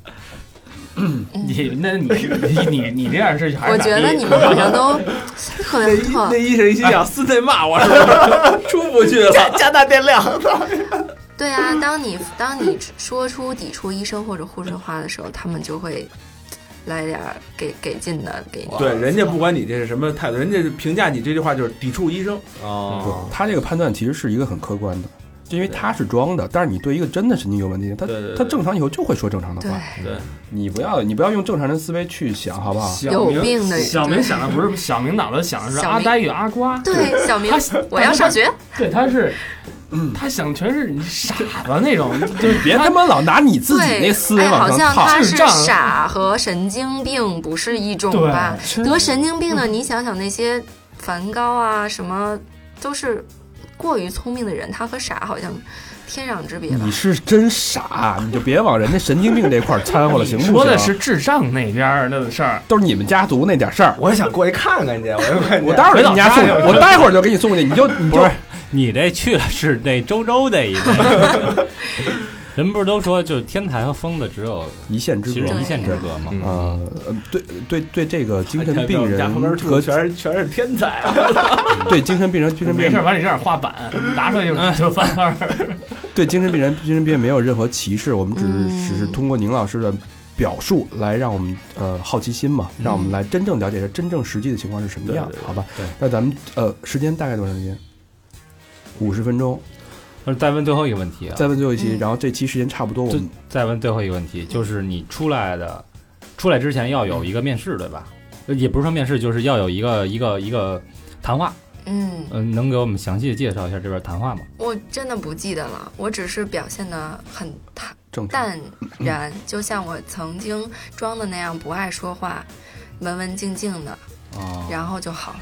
[SPEAKER 5] 你那你你你你这样是还是
[SPEAKER 8] 我觉得你们好像都特别特
[SPEAKER 7] 那医生一心想，四内骂我是不是？ 出不去了，加加大电量。
[SPEAKER 8] 对啊，当你当你说出抵触医生或者护士的话的时候，他们就会来点儿给给劲的给 你。
[SPEAKER 2] 对，人家不管你这是什么态度，人家评价你这句话就是抵触医生。
[SPEAKER 3] 不
[SPEAKER 7] 哦，
[SPEAKER 3] 他这个判断其实是一个很客观的，就因为他是装的，但是你对一个真的神经有问题，他
[SPEAKER 2] 对对对
[SPEAKER 3] 他正常以后就会说正常的
[SPEAKER 8] 对
[SPEAKER 3] 话，，
[SPEAKER 2] 对，
[SPEAKER 3] 你不要你不要用正常人思维去想，好不好？
[SPEAKER 8] 有病的人
[SPEAKER 5] 小明想的不是小明脑子想的是
[SPEAKER 8] 小
[SPEAKER 5] 阿
[SPEAKER 8] 明
[SPEAKER 5] 呆与阿瓜，
[SPEAKER 8] 对，小明
[SPEAKER 5] 他，
[SPEAKER 8] 我要上学。
[SPEAKER 5] 对，他是，嗯他想全是你傻子那种，就是
[SPEAKER 3] 别他妈老拿你自己
[SPEAKER 8] 对
[SPEAKER 3] 那思，维
[SPEAKER 8] 哎，
[SPEAKER 3] 往
[SPEAKER 8] 好
[SPEAKER 3] 上
[SPEAKER 8] 像
[SPEAKER 3] 套，
[SPEAKER 8] 他是
[SPEAKER 5] 智障
[SPEAKER 8] 傻和神经病不是一种
[SPEAKER 5] 对
[SPEAKER 8] 吧？
[SPEAKER 5] 真
[SPEAKER 8] 得神经病的，你想想那些梵高啊，什么都是过于聪明的人，他和傻好像天壤之别吧
[SPEAKER 3] 你？是真傻，你就别往人家神经病这块儿掺和了，行
[SPEAKER 5] 你
[SPEAKER 3] 不行？
[SPEAKER 5] 说的是智障那边儿的事儿，
[SPEAKER 3] 都是你们家族那点事儿。
[SPEAKER 7] 我也想过去看看去，我就看见
[SPEAKER 3] 我待会儿给你家送去
[SPEAKER 5] 回老，家
[SPEAKER 3] 我待会儿就给你送去，你就你就
[SPEAKER 6] 不是你这去了是那周周的一类。人不是都说，就是天才和疯子只有
[SPEAKER 3] 一线之
[SPEAKER 6] 其实
[SPEAKER 3] 隔
[SPEAKER 8] 对
[SPEAKER 6] 一线之隔吗？
[SPEAKER 3] 啊。呃，对对对，这个精神病
[SPEAKER 7] 家
[SPEAKER 3] 人
[SPEAKER 7] 旁边住
[SPEAKER 3] 和
[SPEAKER 7] 的全是全是天才啊！
[SPEAKER 3] 对精神病人、精神病
[SPEAKER 5] 没事
[SPEAKER 3] 人
[SPEAKER 5] 儿往你这儿画板，拿出来就
[SPEAKER 3] 哎
[SPEAKER 5] 就翻翻儿。
[SPEAKER 3] 对精神病人、精神病人没有任何歧视，我们只
[SPEAKER 8] 嗯
[SPEAKER 3] 是只是通过宁老师的表述来让我们呃好奇心嘛，让我们来真正了解一下真正实际的情况是什么样的，好吧？
[SPEAKER 6] 对，
[SPEAKER 3] 那咱们呃时间大概多长时间？五十分钟，
[SPEAKER 6] 那再问最后一个问题啊，
[SPEAKER 3] 再问最后一期，
[SPEAKER 8] 嗯
[SPEAKER 3] 然后这期时间差不多，我们
[SPEAKER 6] 再问最后一个问题，就是你出来的，出来之前要有一个面试，对吧？呃也不是说面试，就是要有一个一个一个谈话。
[SPEAKER 8] 嗯，
[SPEAKER 6] 嗯、能给我们详细的介绍一下这边谈话吗？
[SPEAKER 8] 我真的不记得了，我只是表现的很坦
[SPEAKER 3] 正常。
[SPEAKER 8] 淡然，就像我曾经装的那样，不爱说话，文文静静的，
[SPEAKER 6] 啊、
[SPEAKER 8] 然后就好了。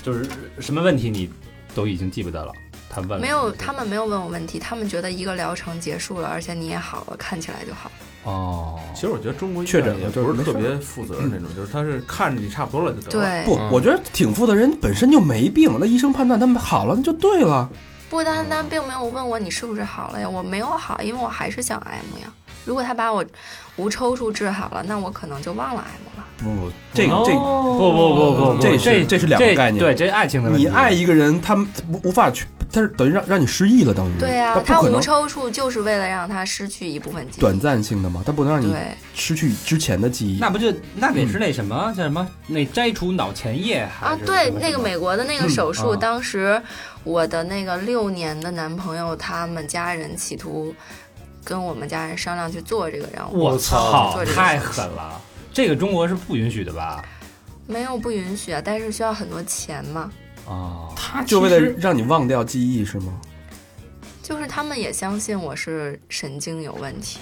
[SPEAKER 6] 就是什么问题你都已经记不得了，他问了
[SPEAKER 8] 没有，他们没有问我问题，他们觉得一个疗程结束了，而且你也好了，看起来就好了。
[SPEAKER 6] 哦，
[SPEAKER 2] 其实我觉得中国医
[SPEAKER 3] 确诊
[SPEAKER 2] 院
[SPEAKER 3] 了
[SPEAKER 2] 也
[SPEAKER 3] 就
[SPEAKER 2] 不
[SPEAKER 3] 是
[SPEAKER 2] 是
[SPEAKER 3] 没事
[SPEAKER 2] 特
[SPEAKER 3] 儿
[SPEAKER 2] 别负责任那种，就是他是看着你差不多了就得了。
[SPEAKER 8] 对，
[SPEAKER 3] 不，我觉得挺负责人本身就没病，那医生判断他们好了，那就对了。
[SPEAKER 8] 不单单并没有问我你是不是好了呀，我没有好，因为我还是想 M 呀。如果他把我无抽搿治好了，那我可能就忘了 M 了。
[SPEAKER 3] 不不，这个这个
[SPEAKER 5] 哦
[SPEAKER 6] 不不不不不，
[SPEAKER 3] 这
[SPEAKER 6] 这
[SPEAKER 3] 是这是两个概念
[SPEAKER 6] 对，这是爱情的问题。
[SPEAKER 3] 你爱一个人，他无无法去，他是等于让让你失忆了，等于
[SPEAKER 8] 对呀、
[SPEAKER 3] 他
[SPEAKER 8] 他
[SPEAKER 3] 嗯不可
[SPEAKER 8] 无
[SPEAKER 3] 能
[SPEAKER 8] 抽搐就是为了让他失去一部分记忆。
[SPEAKER 3] 短暂性的嘛，他不能让你
[SPEAKER 8] 对，
[SPEAKER 3] 失去之前的记忆。
[SPEAKER 6] 那不就那得
[SPEAKER 2] 嗯
[SPEAKER 6] 是那什么叫什么？那摘除脑前叶还
[SPEAKER 8] 啊，
[SPEAKER 6] 是
[SPEAKER 8] 对
[SPEAKER 6] 什，么
[SPEAKER 8] 那个美国的那个手术，
[SPEAKER 6] 啊
[SPEAKER 8] 当时我的那个六年的男朋友，他们家人企图跟我们家人商量去做这个，然后
[SPEAKER 6] 我操
[SPEAKER 8] 做，这个
[SPEAKER 6] 太
[SPEAKER 8] 手术
[SPEAKER 6] 狠了！这个中国是不允许的吧？
[SPEAKER 8] 没有不允许啊，但是需要很多钱嘛，
[SPEAKER 6] 啊，
[SPEAKER 5] 他
[SPEAKER 3] 就为
[SPEAKER 5] 其
[SPEAKER 3] 了
[SPEAKER 5] 实
[SPEAKER 3] 让你忘掉记忆是吗？
[SPEAKER 8] 就是他们也相信我是神经有问题，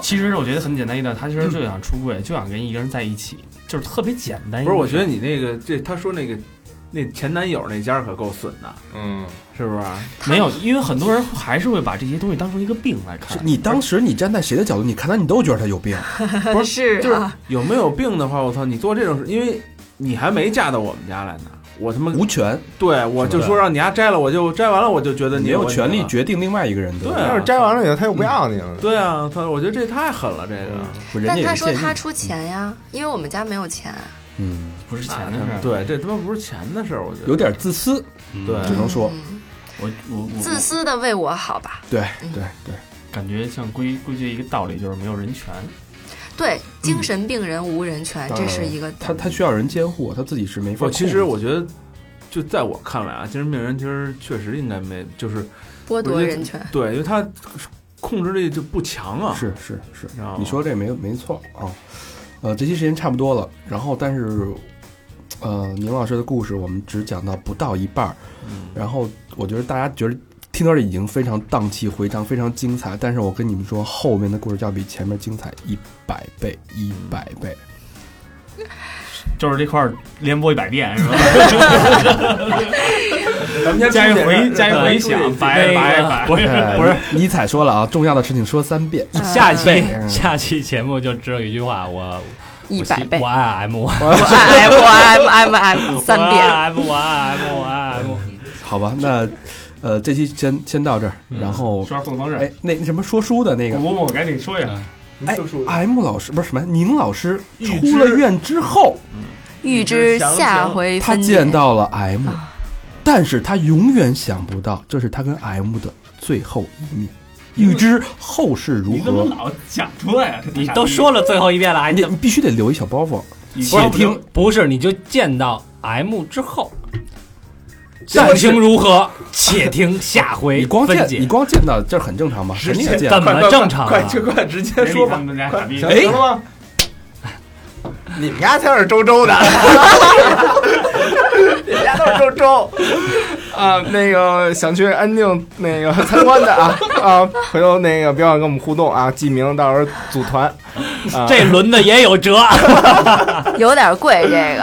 [SPEAKER 5] 其实我觉得很简单一点，他其实就想出柜，就想跟一个人在一起，就是特别简单。
[SPEAKER 2] 不是，我觉得你那个这他说那个那前男友那家可够损的，
[SPEAKER 7] 嗯，
[SPEAKER 2] 是不是？
[SPEAKER 5] 没有，因为很多人还是会把这些东西当成一个病来看
[SPEAKER 3] 是。你当时你站在谁的角度，你看他，你都觉得他 有病。
[SPEAKER 2] 不
[SPEAKER 8] 是
[SPEAKER 2] 就是
[SPEAKER 8] 啊，
[SPEAKER 2] 有没有病的话，我操，你做这种事，因为你还没嫁到我们家来呢，我他妈
[SPEAKER 3] 无权，
[SPEAKER 2] 对我就说让你家摘了，我就摘完了，我就觉得
[SPEAKER 3] 你
[SPEAKER 2] 你
[SPEAKER 3] 没有
[SPEAKER 2] 问题
[SPEAKER 3] 权利
[SPEAKER 2] 了
[SPEAKER 3] 决定另外一个人
[SPEAKER 2] 对
[SPEAKER 3] 的。
[SPEAKER 2] 啊
[SPEAKER 7] 要是摘完了以后他又不要你了，
[SPEAKER 2] 对啊，他我觉得这太狠了，这
[SPEAKER 6] 嗯
[SPEAKER 2] 个
[SPEAKER 3] 不人家
[SPEAKER 8] 但
[SPEAKER 3] 也
[SPEAKER 8] 他
[SPEAKER 3] 是
[SPEAKER 8] 说
[SPEAKER 3] 建议
[SPEAKER 8] 他出钱呀，因为我们家没有钱，
[SPEAKER 3] 嗯，
[SPEAKER 5] 不是钱的事
[SPEAKER 2] 啊
[SPEAKER 5] 儿，
[SPEAKER 2] 对，这他妈不是钱的事儿，我觉得
[SPEAKER 3] 有点自私，
[SPEAKER 2] 对
[SPEAKER 3] 只能说
[SPEAKER 8] 嗯
[SPEAKER 5] 我我我
[SPEAKER 8] 自私的为我好吧。
[SPEAKER 3] 对
[SPEAKER 8] 嗯
[SPEAKER 3] 对对，
[SPEAKER 5] 感觉像归归结一个道理，就是没有人权。
[SPEAKER 8] 对，精神病人无人权，
[SPEAKER 3] 嗯当
[SPEAKER 8] 这
[SPEAKER 3] 然
[SPEAKER 8] 是一个
[SPEAKER 3] 他他需要人监护，他自己是没法
[SPEAKER 2] 不，
[SPEAKER 3] 控制。
[SPEAKER 2] 其实我觉得，就在我看来啊，精神病人其实确实应该没，就是
[SPEAKER 8] 剥
[SPEAKER 2] 我
[SPEAKER 8] 夺
[SPEAKER 2] 觉得
[SPEAKER 8] 人权。
[SPEAKER 2] 对，因为他控制力就不强啊。
[SPEAKER 3] 是是是，
[SPEAKER 2] 你知道吗
[SPEAKER 3] 你说这没没错啊。呃，这期时间差不多了，然后但是呃宁老师的故事，我们只讲到不到一半儿，然后我觉得大家觉得听到这已经非常荡气回肠，非常精彩。但是我跟你们说，后面的故事要比前面精彩一百倍，一百倍。
[SPEAKER 5] 就是这块儿连播一百遍是吧？
[SPEAKER 2] 嗯咱们先
[SPEAKER 5] 加一
[SPEAKER 2] 重点
[SPEAKER 5] 回
[SPEAKER 2] 让
[SPEAKER 5] 加一回响，拜拜拜。
[SPEAKER 6] 不是
[SPEAKER 3] 不是，尼采说了啊，重要的事情说三遍。
[SPEAKER 6] 下期
[SPEAKER 3] 嗯
[SPEAKER 6] 下期节目就只有一句话，我
[SPEAKER 8] 一百倍
[SPEAKER 6] 我，爱 M，我
[SPEAKER 8] 我 爱 M M M M 三遍，
[SPEAKER 6] 爱 M，我爱 M，我爱 M。
[SPEAKER 3] 好吧，那呃，这期先先到这儿，然后
[SPEAKER 5] 说凤凰
[SPEAKER 3] 哎
[SPEAKER 5] 人，，
[SPEAKER 3] 那那什么说书的那个
[SPEAKER 5] 我我我赶紧说一下，
[SPEAKER 3] 哎
[SPEAKER 2] 说说
[SPEAKER 3] M 老师不是什么宁老师
[SPEAKER 2] 预
[SPEAKER 3] 出了
[SPEAKER 2] 知
[SPEAKER 3] 院之后，
[SPEAKER 8] 预知下回
[SPEAKER 3] 他
[SPEAKER 8] 分
[SPEAKER 3] 见
[SPEAKER 8] 解。
[SPEAKER 3] 到了 M，但是他永远想不到这是他跟 M 的最后一面，预知后事如
[SPEAKER 5] 你怎么
[SPEAKER 3] 何。
[SPEAKER 5] 老讲出来呀？啊
[SPEAKER 6] 你都说了最后一遍了，还
[SPEAKER 3] 你必须得留一小包袱，
[SPEAKER 6] 且听，不是你就见到 M 之后，战情如何？且听下回
[SPEAKER 3] 你光
[SPEAKER 6] 分
[SPEAKER 3] 见
[SPEAKER 6] 解。
[SPEAKER 3] 你光见到这很正常嘛，肯定也见
[SPEAKER 6] 怎
[SPEAKER 3] 到。
[SPEAKER 6] 么正常
[SPEAKER 2] 快
[SPEAKER 6] 啊？
[SPEAKER 2] 快快，直接说吧，哎快
[SPEAKER 5] 傻逼
[SPEAKER 2] 行行了吗？
[SPEAKER 7] 你们家才是 周周的，你们家都是周周啊。那个想去安静那个参观的啊啊，回头那个别忘了跟我们互动啊，记名到时候组团。啊、
[SPEAKER 6] 这轮子也有辙，
[SPEAKER 8] 有点贵，这个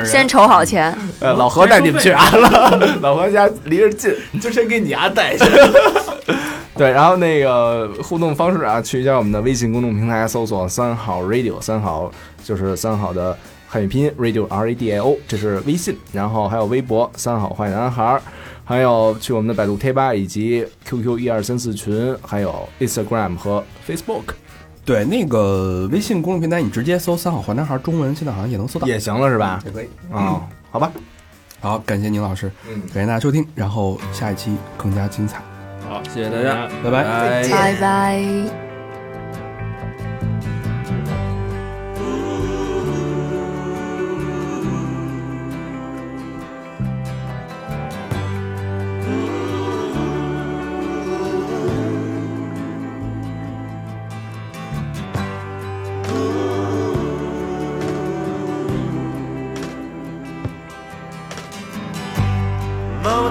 [SPEAKER 3] 啊
[SPEAKER 8] 先筹好钱。
[SPEAKER 7] 呃老何带你们去安 了，老何家离着近，就先给你家带去。 对，然后那个互动方式啊，去一下我们的微信公众平台，搜索“三好 radio”，三好就是三好的汉语拼音 radio r a d i o，这是微信，然后还有微博“三好坏男孩儿”，还有去我们的百度贴吧以及 QQ 一二三四群，还有 Instagram 和 Facebook
[SPEAKER 3] 对，那个微信公众平台，你直接搜“三好坏男孩”中文，现在好像也能搜到。
[SPEAKER 7] 也行了，是吧？
[SPEAKER 3] 也可以。
[SPEAKER 7] 啊、好吧，
[SPEAKER 3] 好，感谢宁老师，
[SPEAKER 7] 嗯，
[SPEAKER 3] 感谢大家收听，然后下一期更加精彩，
[SPEAKER 5] 好，
[SPEAKER 2] 谢谢大家，
[SPEAKER 3] 拜拜。
[SPEAKER 2] 拜
[SPEAKER 7] 嗯
[SPEAKER 8] 拜拜。
[SPEAKER 9] Mama,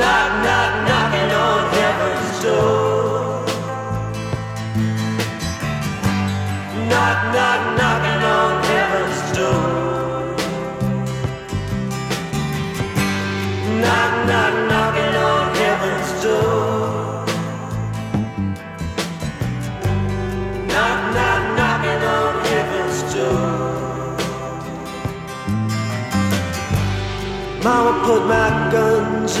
[SPEAKER 9] knock, knock, knocking on heaven's door. Knock, knock, knocking on heaven's door. Knock, knock, knocking on heaven's door. Knock, knock, knocking on heaven's door. Mama put my guns